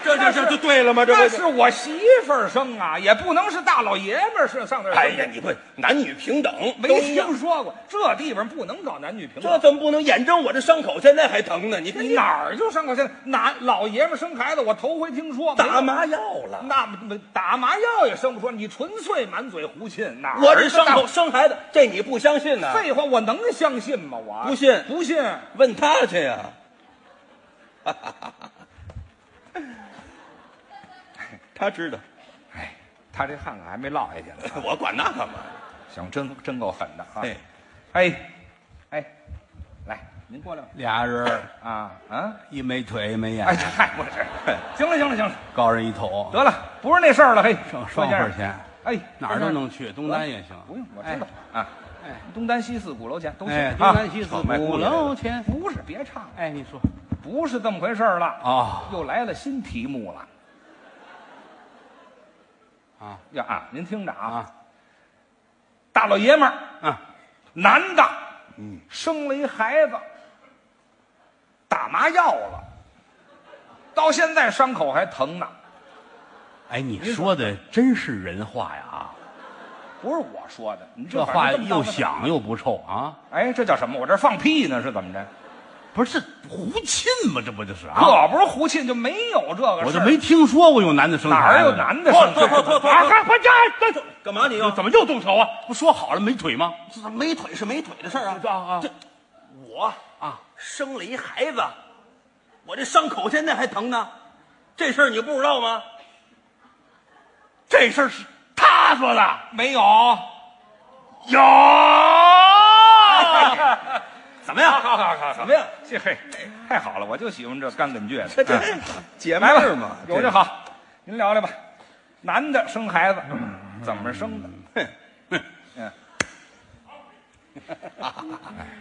S5: 这这这就对了吗？这
S4: 那
S5: 不
S4: 是我媳妇儿生啊，也不能是大老爷们儿是上那儿生。
S5: 哎呀，你不男女平等，都
S4: 没
S5: 一样
S4: 听说过，这地方不能搞男女平
S5: 这
S4: 等。
S5: 怎么不能？眼睁我这伤口现在还疼呢，你
S4: 你哪儿就上过现在男老爷们儿生孩子，我头回听说。
S5: 打
S4: 没有
S5: 麻药了？
S4: 那么打麻药也生不出来，你纯粹满嘴胡沁。哪儿
S5: 我这伤口
S4: 是
S5: 生孩子，这你不相信呢
S4: 大？废话，我能相信吗？我
S5: 不信
S4: 不信。
S5: 问他去呀、 他知道，
S3: 哎，他这汉子还没落下去呢。
S5: 我管那干嘛？
S3: 行，真真够狠的啊！
S5: 哎，
S3: 哎，哎，来，您过来吧
S2: 俩人儿
S3: 啊啊！
S2: 一没腿一没
S3: 哎，
S2: 眼，
S3: 嗨，不是，
S4: 行了，行了，行了，
S2: 高人一头，
S3: 得了，不是那事儿了，嘿，
S2: 上
S3: 说
S2: 双
S3: 先
S2: 份
S3: 生
S2: 儿，钱，
S3: 哎，
S2: 哪儿都能去，东单也行。
S3: 不用，我知道啊。哎，东单西四鼓楼前都行
S2: 哎，
S3: 啊
S2: 东南西四
S3: 炒卖
S2: 鼓
S3: 姑娘
S2: 楼前。
S3: 不是，别唱了，
S2: 哎，你说
S3: 不是这么回事儿了。
S2: 啊
S4: 哦
S3: 又来了新题目了
S2: 啊
S3: 呀啊！您听着啊，
S2: 啊
S3: 大老爷们儿，
S2: 啊！
S3: 男的，嗯，生了一孩子，打麻药了，到现在伤口还疼呢。
S2: 哎，你说的真是人话呀啊！
S3: 不是我说的，你
S2: 这
S3: 反
S2: 话
S3: 正么当
S2: 又响又不臭啊！
S3: 哎，这叫什么？我这放屁呢，是怎么着？
S2: 不是胡沁吗？这不就是啊？
S3: 可不是胡沁就没有这个事儿，
S2: 我就没听说过有男的生
S3: 哪
S2: 孩
S3: 儿
S2: 子
S3: 有
S2: 的
S3: 男的生孩子？
S5: 脱脱脱脱
S2: 啊？还还这这
S5: 干嘛你
S2: 这
S5: 要？
S2: 怎么又动手啊？不说好了没腿吗？
S5: 这没腿是没腿的事儿
S2: 啊啊
S5: 这我
S2: 啊！
S5: 生了一孩子，我这伤口现在还疼呢，这事儿你不知道吗？
S2: 这事儿是他说的，
S4: 没有。
S2: 有。
S5: 怎么样？
S3: 好好好，
S5: 怎么样？
S4: 哎
S3: 这嘿，太好了，我就喜欢这干梗倔
S5: 这
S3: 的。
S5: 这
S3: 嗯
S5: 姐妹
S3: 来
S5: 儿
S3: 吧，
S5: 嘛，
S3: 有就好，您聊聊吧。男的生孩子怎么生的？嗯，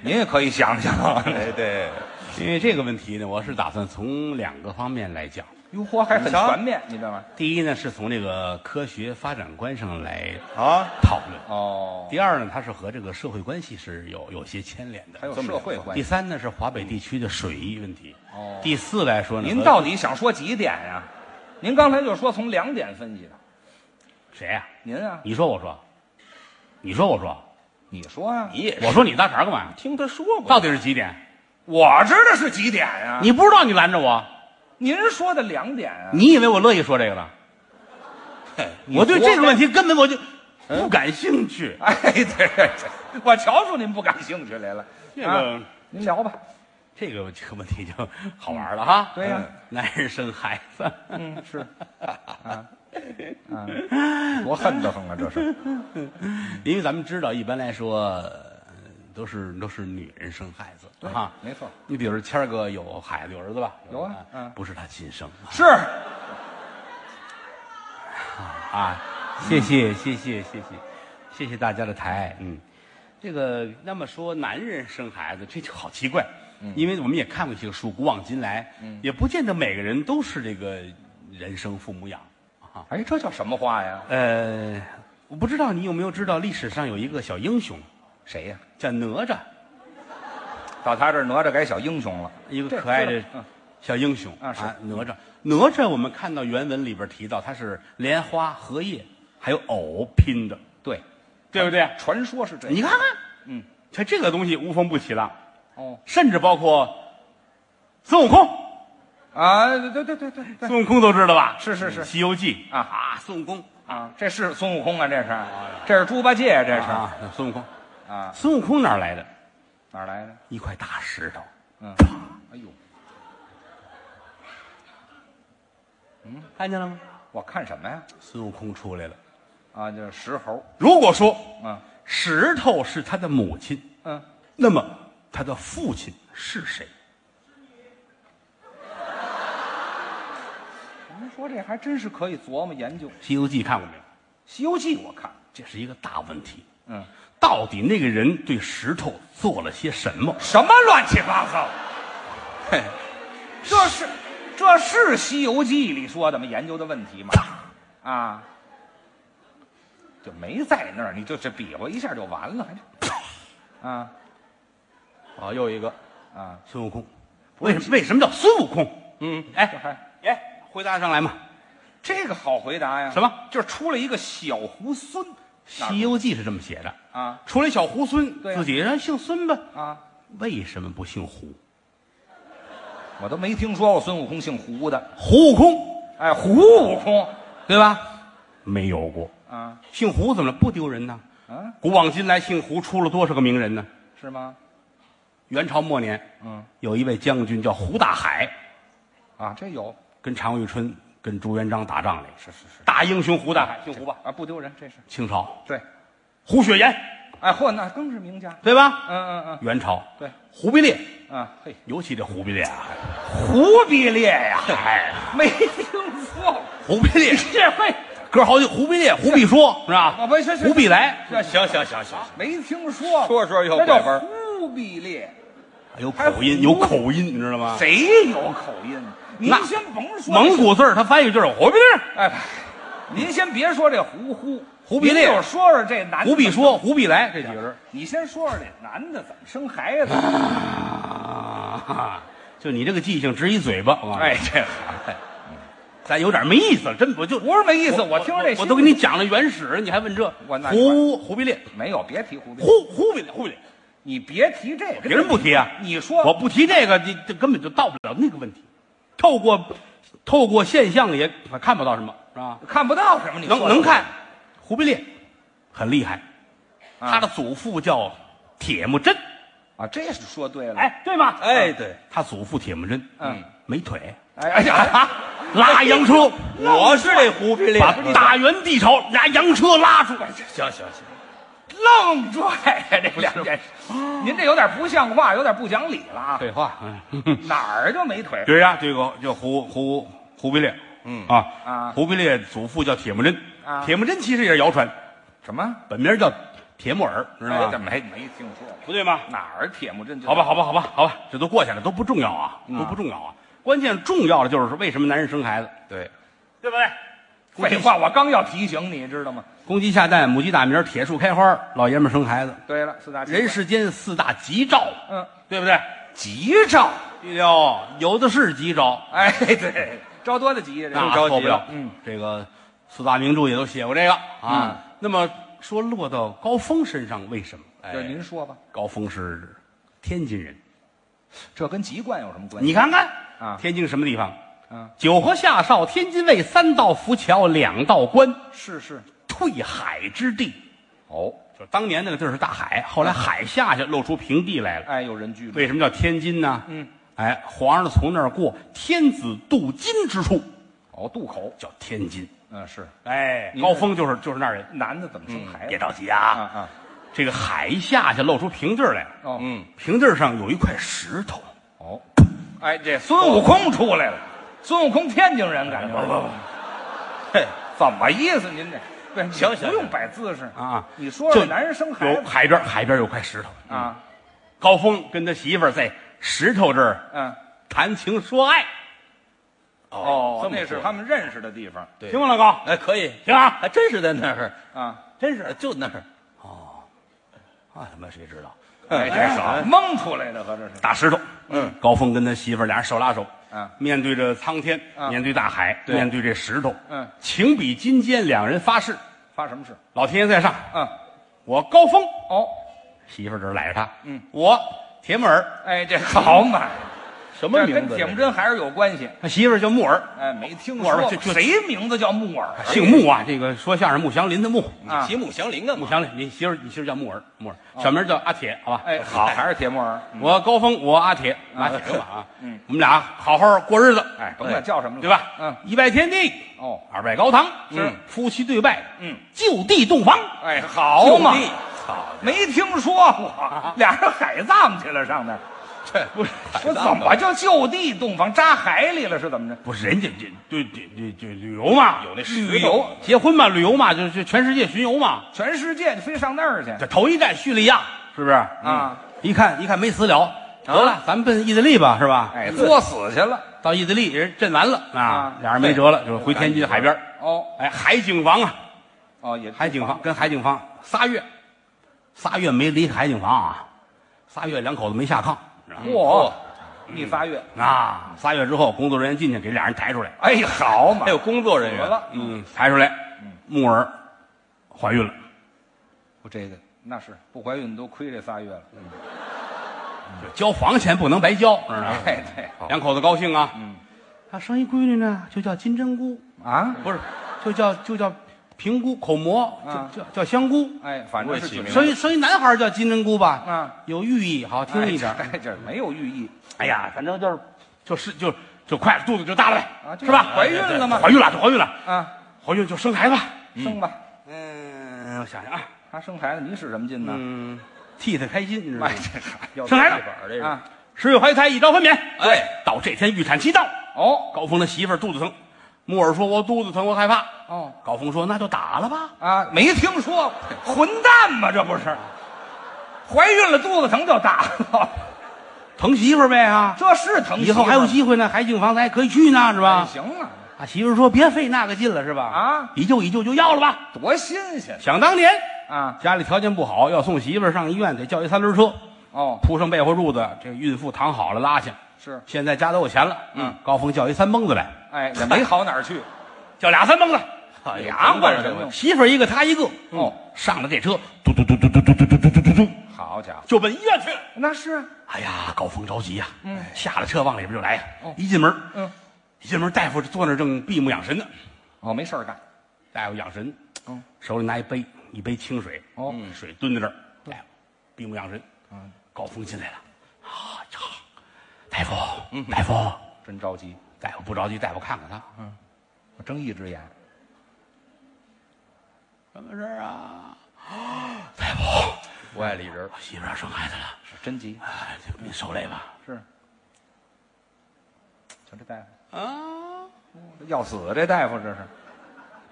S3: 您也可以想想。啊
S5: 哎对，
S2: 因为这个问题呢，我是打算从两个方面来讲。
S4: 哟嚯，还很
S6: 你瞧
S4: 全面，你知道吗？
S2: 第一呢，是从这个科学发展观上来
S4: 啊，
S2: 讨论；
S4: 哦，
S2: 第二呢，它是和这个社会关系是有有些牵连的；
S4: 还有社会关
S2: 第
S4: 系。
S2: 三呢是华北地区的水域问题。哦，第四来说呢，
S4: 您
S2: 和
S4: 到底想说几点呀、您刚才就说从两点分析的，
S2: 谁呀、
S4: 您啊，
S2: 你说我说，你说我说，
S4: 你说啊，
S5: 你也是
S2: 我说你搭茬干嘛？
S5: 听他说过，
S2: 到底是几点？
S4: 我知道是几点呀、
S2: 你不知道你拦着我，
S4: 您说的两点啊，
S2: 你以为我乐意说这个呢？我对这种问
S4: 题，
S2: 题根本我就
S4: 嗯
S2: 不感兴趣。
S4: 哎，对对对，我瞧出您不感兴趣来了。
S2: 这个
S4: 啊您聊吧，
S2: 这个这个问题就好玩了哈。
S4: 对呀
S2: 嗯男人生孩子，
S4: 嗯， 是，啊，啊，多恨得很啊，这是。
S2: 因为咱们知道，一般来说呃都是都是女人生孩子啊，
S4: 没错。
S2: 你比如谦儿哥有孩子有儿子吧？
S4: 有啊嗯
S2: 不是他亲生
S4: 是，
S2: 啊。谢谢谢谢谢谢谢谢大家的抬爱，嗯，这个那么说男人生孩子这就好奇怪，
S4: 嗯
S2: 因为我们也看过一些书，古往今来，也不见得每个人都是这个人生父母养啊。
S4: 哎，这叫什么话呀？
S2: 呃，我不知道你有没有知道，历史上有一个小英雄
S4: 谁呀？
S2: 叫哪吒，
S4: 到他这儿哪吒改小英雄了。
S2: 一个
S4: 对
S2: 可爱
S4: 知
S2: 的
S4: 道嗯
S2: 小英雄
S4: 啊是
S2: 哪吒。哪吒我们看到原文里边提到，他是莲花、荷叶还有藕拼的，
S4: 对，
S2: 对不对？
S4: 传说是这样。
S2: 你看看，嗯，他这个东西无风不起浪，
S4: 哦
S2: 甚至包括孙悟空，
S4: 啊，对对对对对
S2: 孙悟空都知道吧？
S4: 是是是
S2: 《西游记》
S4: 啊
S2: 啊，孙悟空
S4: 啊，这是孙悟空啊，这是，
S2: 哎
S4: 这是猪八戒啊，这是
S2: 啊，孙悟空，
S4: 啊，
S2: 孙悟空哪儿来的？
S4: 哪儿来的？
S2: 一块大石头。
S4: 哎呦，
S2: 看见了吗？
S4: 我看什么呀？
S2: 孙悟空出来了。
S4: 啊，就是石猴，
S2: 如果说
S4: 嗯
S2: 石头是他的母亲，
S4: 嗯，
S2: 那么他的父亲是谁？
S4: 您说这还真是可以琢磨研究，《
S2: 《西游记》看过没有？
S4: 西游记》我看，
S2: 这是一个大问题。
S4: 嗯，
S2: 到底那个人对石头做了些什么？
S4: 什么乱七八糟？这是这是《西游记》里说的吗？研究的问 题吗？啊，就没在那儿，你就这比划一下就完了，还这啊
S2: 啊，又一个
S4: 啊，
S2: 孙悟空。为什为什么叫孙悟空？嗯，
S4: 这
S2: 哎，
S4: 还
S2: 哎，回答上来嘛。
S4: 这个好回答呀？
S2: 什么？
S4: 就是出了一个小猢狲
S2: 《西游记》是这么写的
S4: 啊，
S2: 除了小猢狲，
S4: 对啊
S2: 自己人姓孙吧？
S4: 啊！
S2: 为什么不姓胡？
S4: 我都没听说过孙悟空姓胡的，
S2: 胡悟空，
S4: 哎，胡悟空
S2: 对吧？没有过。
S4: 啊，
S2: 姓胡怎么了？不丢人呢？
S4: 啊，
S2: 古往今来，姓胡出了多少个名人呢？
S4: 是吗？
S2: 元朝末年，
S4: 嗯，
S2: 有一位将军叫胡大海，
S4: 啊，这有
S2: 跟常遇春、跟朱元璋打仗来，
S4: 是是是
S2: 大英雄胡大哎海，姓胡吧？
S4: 啊，不丢人，这是
S2: 清朝
S4: 对，
S2: 胡雪岩，
S4: 哎，嚯，那更是名家，
S2: 对吧？
S4: 嗯嗯
S2: 元朝
S4: 对
S2: 忽必烈，
S4: 嗯，啊，嘿，
S2: 尤其这忽必烈 啊，
S4: 忽必烈呀，
S2: 哎，
S4: 没听说过，
S2: 忽必烈
S4: 这嘿，
S2: 哥好几，胡必烈、胡必说是吧
S4: 啊不是？是
S2: 胡必来，
S4: 是
S2: 行行行行，
S4: 没听说过，
S5: 说说又
S4: 那叫
S5: 拐弯儿
S4: 忽必烈，
S2: 有哎口音，有口音，你知道吗？
S4: 谁有口音？您
S2: 那
S4: 先甭说
S2: 蒙，古字儿它翻译就是忽必烈。
S4: 哎，您先别说这胡呼，
S2: 忽必烈
S4: 您就说说这男的，
S2: 胡必说，胡必来这几个人
S4: 你先说说这男的怎么生孩子，
S2: 啊，就你这个记性，只一嘴巴。我告诉你
S4: 哎，，这
S2: 咱有点没意思了，真不就
S4: 不是没意思，我听着这
S2: 我都给你讲了原始，你还问这？
S4: 我那
S2: 胡胡必烈，
S4: 没有，别提忽必
S2: 胡
S4: 烈，
S2: 胡必烈，胡必烈，
S4: 你别提这个，
S2: 别人不提啊。
S4: 你说
S2: 我不提这个，这这根本就到不了那个问题。透过透过现象也看不到什么，是吧？
S4: 看不到什么，你
S2: 能
S4: 说啊
S2: 能
S4: 的
S2: 看，忽必烈很厉害，他的祖父叫铁木真，
S4: 啊，这是说对了，
S2: 哎，对吗？
S5: 哎，对，
S2: 他祖父铁木真，
S4: 嗯，
S2: 没腿，
S4: 哎哎呀，
S2: 拉洋车，
S5: 我是这胡必烈，
S2: 把大元帝朝拿洋车拉出来。
S5: 行行行，
S4: 愣拽呀， 这两件事，您这有点不像话，有点不讲理了啊，
S2: 废话，嗯，
S4: 哪儿就没腿
S2: 对呀，这个叫胡胡忽必烈，嗯啊
S4: 啊
S2: 忽必烈祖父叫铁木真，
S4: 啊
S2: 铁木真其实也是谣传，
S4: 什么？
S2: 本名叫铁木尔，知
S4: 哎
S2: 道
S4: 这
S2: 吗？
S4: 没没听说过，
S2: 不对吗？
S4: 哪儿铁木真就
S2: 好吧，好吧，好吧，好吧，这都过去了，都不重要啊，都不重要啊。关键重要的就是说，为什么男人生孩子，
S4: 对，
S2: 对不对？公鸡
S4: 废话，我刚要提醒你，知道吗？
S2: 公鸡下蛋，母鸡打鸣，铁树开花，老爷们儿生孩子，
S4: 对了，四大奇怪
S2: 人世间四大吉兆，
S4: 嗯，
S2: 对不对？
S4: 急兆，
S2: 对了，有的是吉兆，
S4: 哎， 对，着多了急呀，这
S2: 那
S4: 着
S2: 错不了。
S4: 嗯，
S2: 这个四大名著也都写过这个啊。那么说落到高峰身上，为什么？哎
S4: 就，您说吧，
S2: 高峰是天津人，
S4: 这跟籍贯有什么关系？
S2: 你看看
S4: 啊
S2: 天津什么地方？
S4: 啊，
S2: 九河下哨，天津卫，三道浮桥，两道关，
S4: 是是，
S2: 退海之地。
S4: 哦，
S2: 就是当年那个地儿是大海，后
S4: 嗯
S2: 来海下去露出平地来了。
S4: 哎，有人居住，
S2: 为什么叫天津呢？嗯，哎，皇上从那儿过，天子镀金之处
S4: 哦，渡口，
S2: 叫天津。
S4: 嗯，是
S2: 哎，
S4: 您
S2: 高峰就是就是那儿人。
S4: 男的怎么生孩
S2: 别
S4: 子？
S2: 着急啊，
S4: 啊，
S2: 这个海一下去露出平地儿来了。
S4: 哦，嗯，
S2: 平地儿上有一块石头，
S4: 哦，哎，这孙悟空出来了，孙悟空天津人，感觉不不不，嘿，怎么意思？您这对
S2: 行
S4: 你
S2: 行
S4: 不用
S2: 行
S4: 摆姿势
S2: 啊
S4: 你说
S2: 就
S4: 说男人生孩
S2: 有
S4: 子
S2: 海边儿海边儿有块石头。
S4: 啊，
S2: 高峰跟他媳妇儿在石头这儿
S4: 嗯，
S2: 谈情说爱。
S4: 哦
S2: 这，么
S4: 那是
S2: 说
S4: 他们认识的地方
S2: 听过了高，
S5: 哎，可以，
S2: 行啊，
S5: 还真是在那儿，
S4: 啊，
S5: 真是就那儿。
S2: 啊他妈谁知道？
S4: 哎，这
S5: 哎
S2: 啊
S4: 手蒙出来的，合着是
S2: 大石头，嗯，高峰跟他媳妇儿俩人手拉手，
S4: 嗯
S2: 面对着苍天，面对大海，面对这石头，
S4: 嗯，
S2: 情比金坚，两人发誓，
S4: 发什么誓？
S2: 老天爷在上，
S4: 嗯，
S2: 我高峰
S4: 哦，
S2: 媳妇儿这儿赖着他，
S4: 嗯，
S2: 我铁木儿，
S4: 哎，这好嘛，
S5: 什
S4: 什
S5: 么名字？
S4: 跟铁木真还是有关系。
S2: 他媳妇儿叫木耳，
S4: 哎，没听
S2: 木耳
S4: 说
S2: 就就
S4: 谁名字叫木耳？
S2: 姓木啊，这个说相声木祥林的木，
S4: 啊
S5: 骑木祥林干
S2: 木
S5: 嘛？
S2: 祥林，你媳妇儿你媳妇儿叫木耳，木耳，小名叫阿铁，好吧？
S4: 哦哎，
S2: 好，嗯
S4: 还是铁木耳？嗯
S2: 我高峰，我阿铁，阿铁干嘛啊？嗯，我们俩好好过日子，
S4: 哎，甭管叫什么了，
S2: 对吧？
S4: 嗯，
S2: 一拜天地，
S4: 哦，
S2: 二拜高堂，
S4: 是
S2: 嗯夫妻对拜，
S4: 嗯，
S2: 就地洞房，
S4: 哎，好嘛
S5: 就，地
S4: 没听说过，俩人海葬去了，上那儿，
S5: 这不是
S4: 我怎么就就地洞房扎海里了？是怎么着？
S2: 不是人家这对对对对旅游嘛，有那
S4: 旅游
S2: 结婚嘛，旅游嘛，就就全世界巡游嘛，
S4: 全世界就非上那儿去
S2: 这头一站叙利亚是不是？
S4: 啊？
S2: 一看一看没死了，得了，咱们奔意大利吧，是吧？
S5: 嗯
S4: 哎，作死去了。
S2: 到意大利人震完了啊
S4: 啊，
S2: 俩人没辙了，就是回天津海边儿，
S4: 哦
S2: 哎，海景房啊，
S4: 哦，也
S2: 海景房跟海景房仨月，仨月没离海景房啊，仨月两口子没下炕，
S4: 嚯，哦一仨月，
S2: 啊，仨月之后工作人员进去给俩人抬出来，
S4: 哎呀，好嘛
S5: 还，有工作人
S4: 怎么
S5: 员，
S4: 了？
S2: 嗯，抬出来，木耳怀孕了，
S4: 我这个那是不怀孕都亏这仨月了。
S2: 嗯就交房钱不能白交，知道吗？
S4: 哎，对
S2: 两口子高兴啊，嗯，啊，生一闺女呢，就叫金针菇，
S4: 啊，
S2: 不是，就叫就叫平菇、口蘑，
S4: 啊
S2: 就叫叫香菇。
S4: 哎，反正是
S5: 不会起
S4: 就
S5: 名
S2: 生一生一男孩叫金针菇吧，
S4: 啊，
S2: 有寓意，好听一点。
S4: 哎，这没有寓意
S2: 哎呀，反正就是就是就就快肚子就大了呗，
S4: 啊就是
S2: 吧？
S4: 怀孕了嗯吗
S2: 怀孕了就怀孕了，
S4: 啊，
S2: 怀孕就生孩子。
S4: 生吧。
S2: 嗯，我想想啊，
S4: 他生孩子，你使什么劲呢？
S2: 嗯，替他开心，你知道吗
S4: 哎，？ 这孩子
S2: 生孩子
S5: 板儿这是
S4: 啊，
S2: 十月怀胎，一朝分娩。
S5: 哎，
S2: 到这天预产期到，
S4: 哦
S2: 高峰的媳妇儿肚子疼，木耳说：“我肚子疼，我害怕。”
S4: 哦
S2: 高峰说：“那就打了吧。
S4: 啊，没听说过，混蛋嘛，这不是？怀孕了肚子疼就打了，”
S2: 疼媳妇儿呗啊，
S4: 这是疼媳妇儿吗。
S2: 以后还有机会呢，海景房咱还可以去呢，是
S4: 哎
S2: 吧？
S4: 行啊，
S2: 啊，媳妇儿说：“别费那个劲了，是吧？
S4: 啊，
S2: 以旧以旧就要了吧。
S4: 多新鲜”
S2: 想当年，
S4: 啊！
S2: 家里条件不好，要送媳妇儿上医院，得叫一三轮车，
S4: 哦，
S2: 铺上被窝褥子，这个孕妇躺好了拉下。
S4: 是，
S2: 现在家都有钱了，嗯，高峰叫一三蹦子来，
S4: 哎，也没好哪儿去，
S2: 叫俩三蹦子，
S4: 俩管什么用？
S2: 媳妇儿一个，他一个，嗯
S4: 哦，
S2: 上了这车，嘟嘟嘟嘟嘟嘟嘟嘟嘟嘟嘟嘟，
S4: 好家伙，
S2: 就奔医院去了。
S4: 那是啊
S2: 哎呀，高峰着急呀、嗯，哦下了车往里边就来呀、一进门，
S4: 嗯，
S2: 一进门大夫坐那儿正闭目养神呢，
S4: 哦，没事儿干，
S2: 大夫养神，
S4: 嗯，
S2: 手里拿一杯，一杯清水，
S4: 哦
S2: 嗯水蹲在这儿，大夫闭目养神，嗯，高峰进来了，啊呀，大夫，大夫，
S4: 真着急，
S2: 大夫不着急，大夫看看他，
S4: 我睁一只眼，
S2: 什么事儿啊？
S5: 不爱理人
S2: 我，媳妇儿要生孩子了，
S4: 是真急，
S2: 哎，您受累吧。
S4: 是。瞧这大夫，
S2: 啊，
S4: 要死啊这大夫这是，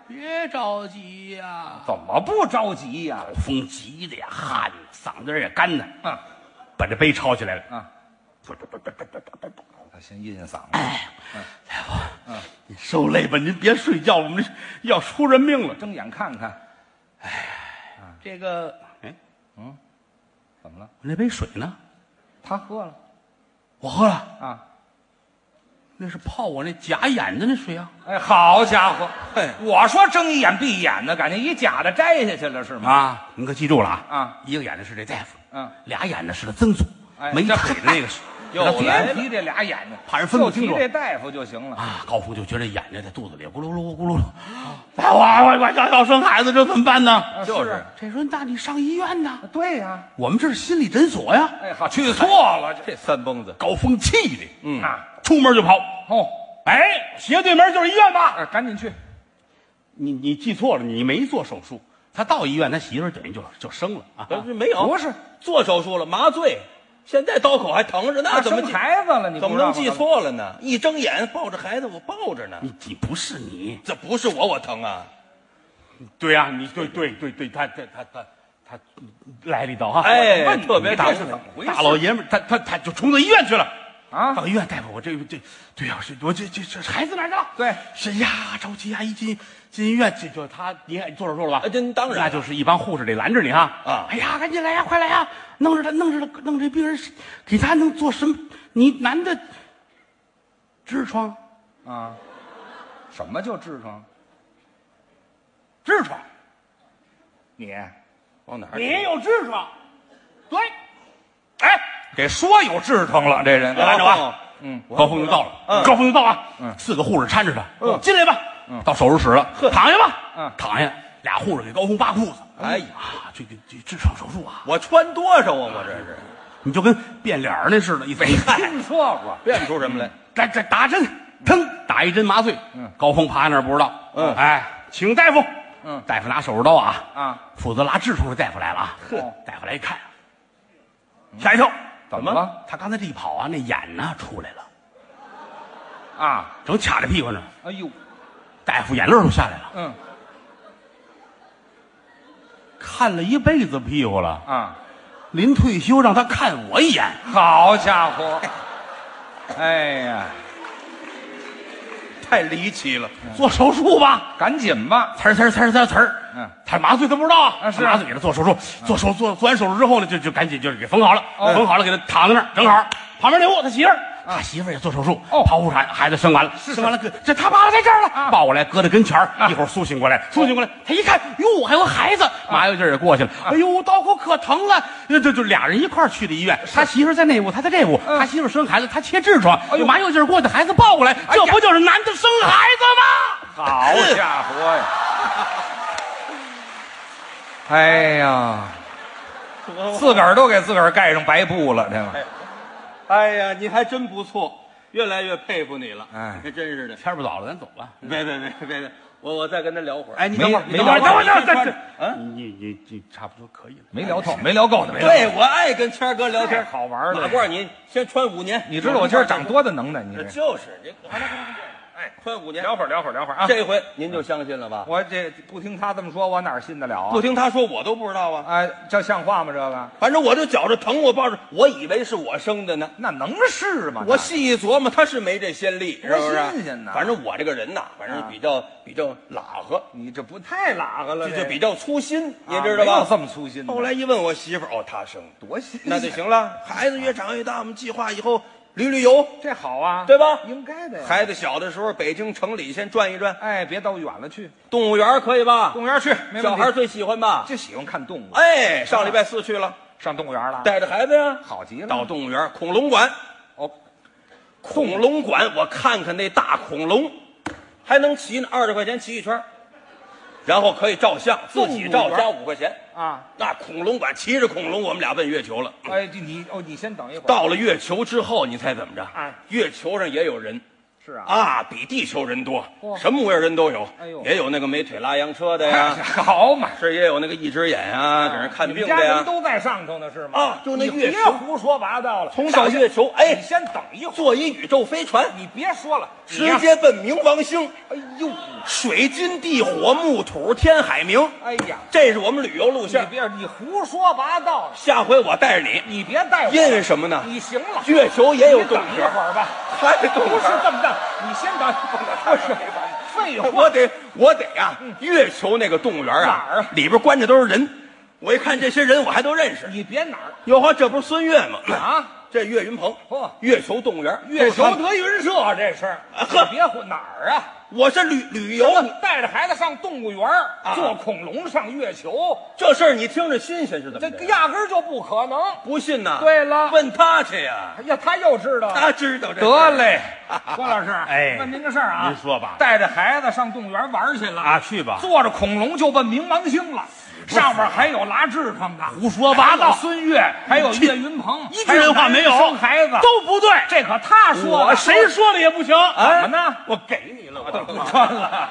S2: 别着急呀、
S4: 怎么不着急呀？
S2: 高峰急的呀，汗，嗓子眼也干呢，
S4: 啊
S2: 把这杯抄起来了，
S4: 啊，他先印印嗓子。
S2: 您哎受累吧，您别睡觉，我们这要出人命了。
S4: 睁眼看看，
S2: 这个，哎，
S4: 怎么了？
S2: 我那杯水呢？
S4: 他喝了
S2: 我喝了，
S4: 啊！
S2: 那是泡我那假眼的那水啊。
S4: 哎，好家伙！
S2: 嘿
S4: 我说睁一眼闭一眼的，感觉一假的摘下去了是吗？
S2: 啊，您可记住了啊！
S4: 啊，
S2: 一个眼的是这大夫，
S4: 嗯，
S2: 俩眼的是个曾祖，
S4: 哎
S2: 没
S4: 这
S2: 腿的那个 是。
S4: 又
S2: 别
S4: 别提这俩眼睛，
S2: 怕人分不
S4: 就
S2: 清
S4: 提
S2: 楚
S4: 这大夫就行了。
S2: 啊！高峰就觉得眼睛在肚子里咕噜噜咕噜噜，哎，我我我要要生孩子，这怎么办
S5: 啊
S2: 呢？
S4: 就是
S2: 这说那你上医院呐，
S4: 对呀，
S2: 我们这是心理诊所呀。
S4: 哎，好，去错了这
S5: 这三蹦子，
S2: 高峰气的，嗯，
S4: 啊！
S2: 出门就跑。
S4: 哦，
S2: 哎，斜对门就是医院吧？
S4: 哎赶紧去，
S2: 你你记错了，你没做手术。他到医院，他媳妇儿等于就就生了啊。
S5: 呃没有，
S4: 不是
S5: 做手术了，麻醉，现在刀口还疼着，那
S4: 啊
S5: 怎么
S4: 生
S5: 记？
S4: 孩子了？你不
S5: 怎么
S4: 知道
S5: 能
S4: 吗
S5: 记？错了呢？一睁眼抱着孩子，我抱着呢，
S2: 你你不是你，
S5: 这不是我，我疼啊！
S2: 对呀、你对对对对，他他他他他来了一刀哈。
S5: 哎
S2: 问你
S5: 特别
S2: 大
S5: 这是怎么回事
S2: 大老爷们儿，他他他就冲到医院去了。
S4: 啊
S2: 到医院，大夫，我这这，对呀、是我这这这孩子哪儿去了？
S4: 对
S2: 是呀，着急呀，一进进医院，这就他，你看你做手术了吧？
S5: 哎这当然了
S2: 那就是一帮护士得拦着你哈。
S5: 啊
S2: 哎呀，赶紧来呀，快来呀，弄着他，弄着他，弄这病人，给他能做什么？你男的痔疮，
S4: 啊，什么叫痔疮？
S2: 痔疮，
S4: 你
S5: 往哪儿？
S2: 你也有痔疮，对，
S4: 哎，给说有痔疮了，这人
S2: 拦着
S5: 哦
S2: 啊。嗯，嗯高峰就到了，高峰就到啊，四个护士搀着他，进来吧，到手术室了，躺下吧，
S4: 嗯
S2: 躺下，俩护士给高峰扒裤子，
S5: 哎呀，
S2: 啊，这个这痔疮手术啊，
S5: 我穿多少啊？我这是
S2: 你就跟变脸儿那似的，一没看，
S4: 听说过，
S5: 变出什么来？
S2: 来这打针，腾打一针麻醉，高峰趴那儿不知道，
S5: 嗯
S2: 哎，请大夫，
S4: 嗯
S2: 大夫拿手术刀啊，
S4: 啊，
S2: 负责拉痔疮的大夫来了啊，
S4: 呵
S2: 大夫来一看，啊吓一跳，
S4: 怎么了？
S2: 他刚才这一跑啊，那眼呢出来了，
S4: 啊？
S2: 正卡着屁股呢，
S4: 哎呦，
S2: 大夫眼泪儿都下来了，
S4: 嗯
S2: 看了一辈子屁股了，
S4: 啊。
S2: 临退休让他看我一眼，
S4: 好家伙！哎呀，
S5: 太离奇了！
S2: 做手术吧。
S4: 赶紧吧！
S2: 呲儿呲儿呲儿呲儿呲儿，
S4: 嗯，
S2: 他麻醉他不知道啊，嗯
S4: 啊是
S2: 他麻醉给他做手术，做手做做完手术之后呢，就就赶紧就给缝好了，缝好了给他躺在那儿，正好旁边那屋他媳妇儿，他媳妇儿也做手术，
S4: 哦
S2: 剖腹产，孩子生完了，生完了，搁这他妈在这儿了，抱过来搁在跟前儿，一会儿苏醒过来，苏醒过来，他一看，哟，还有个孩子，麻药劲儿也过去了，哎呦，刀口可疼了，这这就俩人一块儿去的医院，他媳妇儿在那屋，他在这屋，他媳妇儿生孩子，他切痔疮，麻药劲儿过去，孩子抱过来，这不就是男的生孩子吗？
S4: 好家伙呀！哎呀，自个儿都给自个儿盖上白布了，这个
S5: 哎呀，你还真不错，越来越佩服你了。
S4: 哎
S5: 真是的，
S2: 天儿不早了，咱走吧。
S5: 别别别别别，我我再跟他聊会儿。
S2: 哎，你
S4: 没
S2: 等会儿，
S4: 没
S2: 你等会儿，等
S4: 聊
S2: 会儿，
S5: 到
S2: 等会儿，
S5: 啊
S2: 嗯，你你你差不多可以了。哎
S4: 没聊透，没聊够的，没聊
S5: 哎对
S4: 透。
S5: 我爱跟谦儿哥聊天，
S4: 太哎好玩了
S5: 马褂，你先穿五年，
S4: 你知道我今儿长多大啊能耐？你
S5: 这
S4: 这
S5: 就是这，哎，穿五年，
S4: 聊会儿，聊会儿，聊会儿啊！
S5: 这回您就相信了吧？
S4: 我这不听他这么说，我哪儿信得了啊？
S5: 不听他说，我都不知道啊。
S4: 哎，这像话吗？这个
S5: 反正我就觉着疼，我抱着，我以为是我生的呢。
S4: 啊那能是吗？
S5: 我细一琢磨，他是没这先例，是
S4: 多
S5: 不是？
S4: 新鲜呐啊
S5: 反正我这个人呐，反正比较比较喇和，
S4: 你这不太喇叭了，
S5: 就就
S4: 这
S5: 比较粗心，
S4: 啊
S5: 你知道
S4: 没有
S5: 吧？
S4: 这么粗心的。
S5: 后来一问我媳妇儿，哦，她 生的，
S4: 多新鲜，
S5: 那就行了。孩子越长越大，我们计划以后嗯旅旅游，
S4: 这好啊，
S5: 对吧
S4: 应该的呀。
S5: 孩子小的时候，北京城里先转一转，
S4: 哎，别到远了去，
S5: 动物园可以吧？
S4: 动物园去，没问题
S5: 小孩最喜欢吧？
S4: 就喜欢看动物，
S5: 哎，上礼拜四去了，
S4: 上动物园了，
S5: 带着孩子呀，
S4: 好极了。
S5: 嗯到动物园恐龙馆。
S4: 哦，
S5: 恐龙馆，我看看那大恐龙，还能骑呢，二十块钱骑一圈儿，然后可以照相，自己照加五块钱。
S4: 啊，
S5: 那恐龙馆骑着恐龙，我们俩奔月球了。
S4: 哎，这你哦，你先等一会儿。
S5: 到了月球之后，你猜怎么着？
S4: 啊，
S5: 月球上也有人，
S4: 是啊，
S5: 啊，比地球人多
S4: 嚯，
S5: 什么模样人都有
S4: 哎呦，，
S5: 也有那个没腿拉洋车的 呀
S4: 哎好嘛，
S5: 是也有那个一只眼啊，给人看
S4: 你
S5: 病
S4: 们家
S5: 的
S4: 人
S5: 呀，
S4: 都在上头呢，是吗？
S5: 啊就那
S4: 你
S5: 月
S4: 别
S5: 球
S4: 胡说八道了，
S5: 从大月球，
S4: 你
S5: 哎，
S4: 先等一会儿，
S5: 坐一宇宙飞船，
S4: 你别说了，你哎呀
S5: 直接奔冥王星，
S4: 哎呦，
S5: 水金地火木土天海冥，
S4: 哎呀，
S5: 这是我们旅游路
S4: 你哎
S5: 线。
S4: 别你胡说八道了，
S5: 下回我带着你，
S4: 你别带我，
S5: 因为什么呢？
S4: 你行了，
S5: 月球也有
S4: 你
S5: 动
S4: 等一
S5: 静，
S4: 会儿吧，
S5: 还动
S4: 不是
S5: 静。
S4: 这么着，你先等一会儿，不是，废话，
S5: 我得我得啊！月球那个动物园啊，
S4: 哪儿啊
S5: 里边关着都是人。我一看这些人，我还都认识。
S4: 你别哪儿
S5: 哟呵，这不是孙越吗？
S4: 嗯啊，
S5: 这岳云鹏
S4: 嚯，
S5: 月球动物园，
S4: 月球
S5: 都是他
S4: 德云社这是，
S5: 呵
S4: 你别胡哪儿啊？
S5: 我是旅旅游，
S4: 你带着孩子上动物园儿、
S5: 啊
S4: 坐恐龙上月球，
S5: 这事儿你听着新鲜是怎
S4: 这
S5: 么的？
S4: 压根儿就不可能。
S5: 不信呐？
S4: 对啊了
S5: 问他去呀，
S4: 哎呀，他又知道
S5: 他知道这事
S4: 得
S5: 儿
S4: 嘞， 郭老师，
S2: 啊哎
S4: 问您个事儿啊，
S2: 您说吧
S4: 带着孩子上动物园玩儿去了
S2: 啊去吧
S4: 坐着恐龙就奔冥王星了，上面还有拉志鹏的，
S2: 胡说八道
S4: 还有孙越，还有岳云鹏，
S2: 一句人话没有
S4: 还男人生孩子
S2: 都不对，
S4: 这可他说的，
S2: 我谁说了也不行。
S4: 怎么呢？
S2: 我给你了，
S4: 我都不穿了，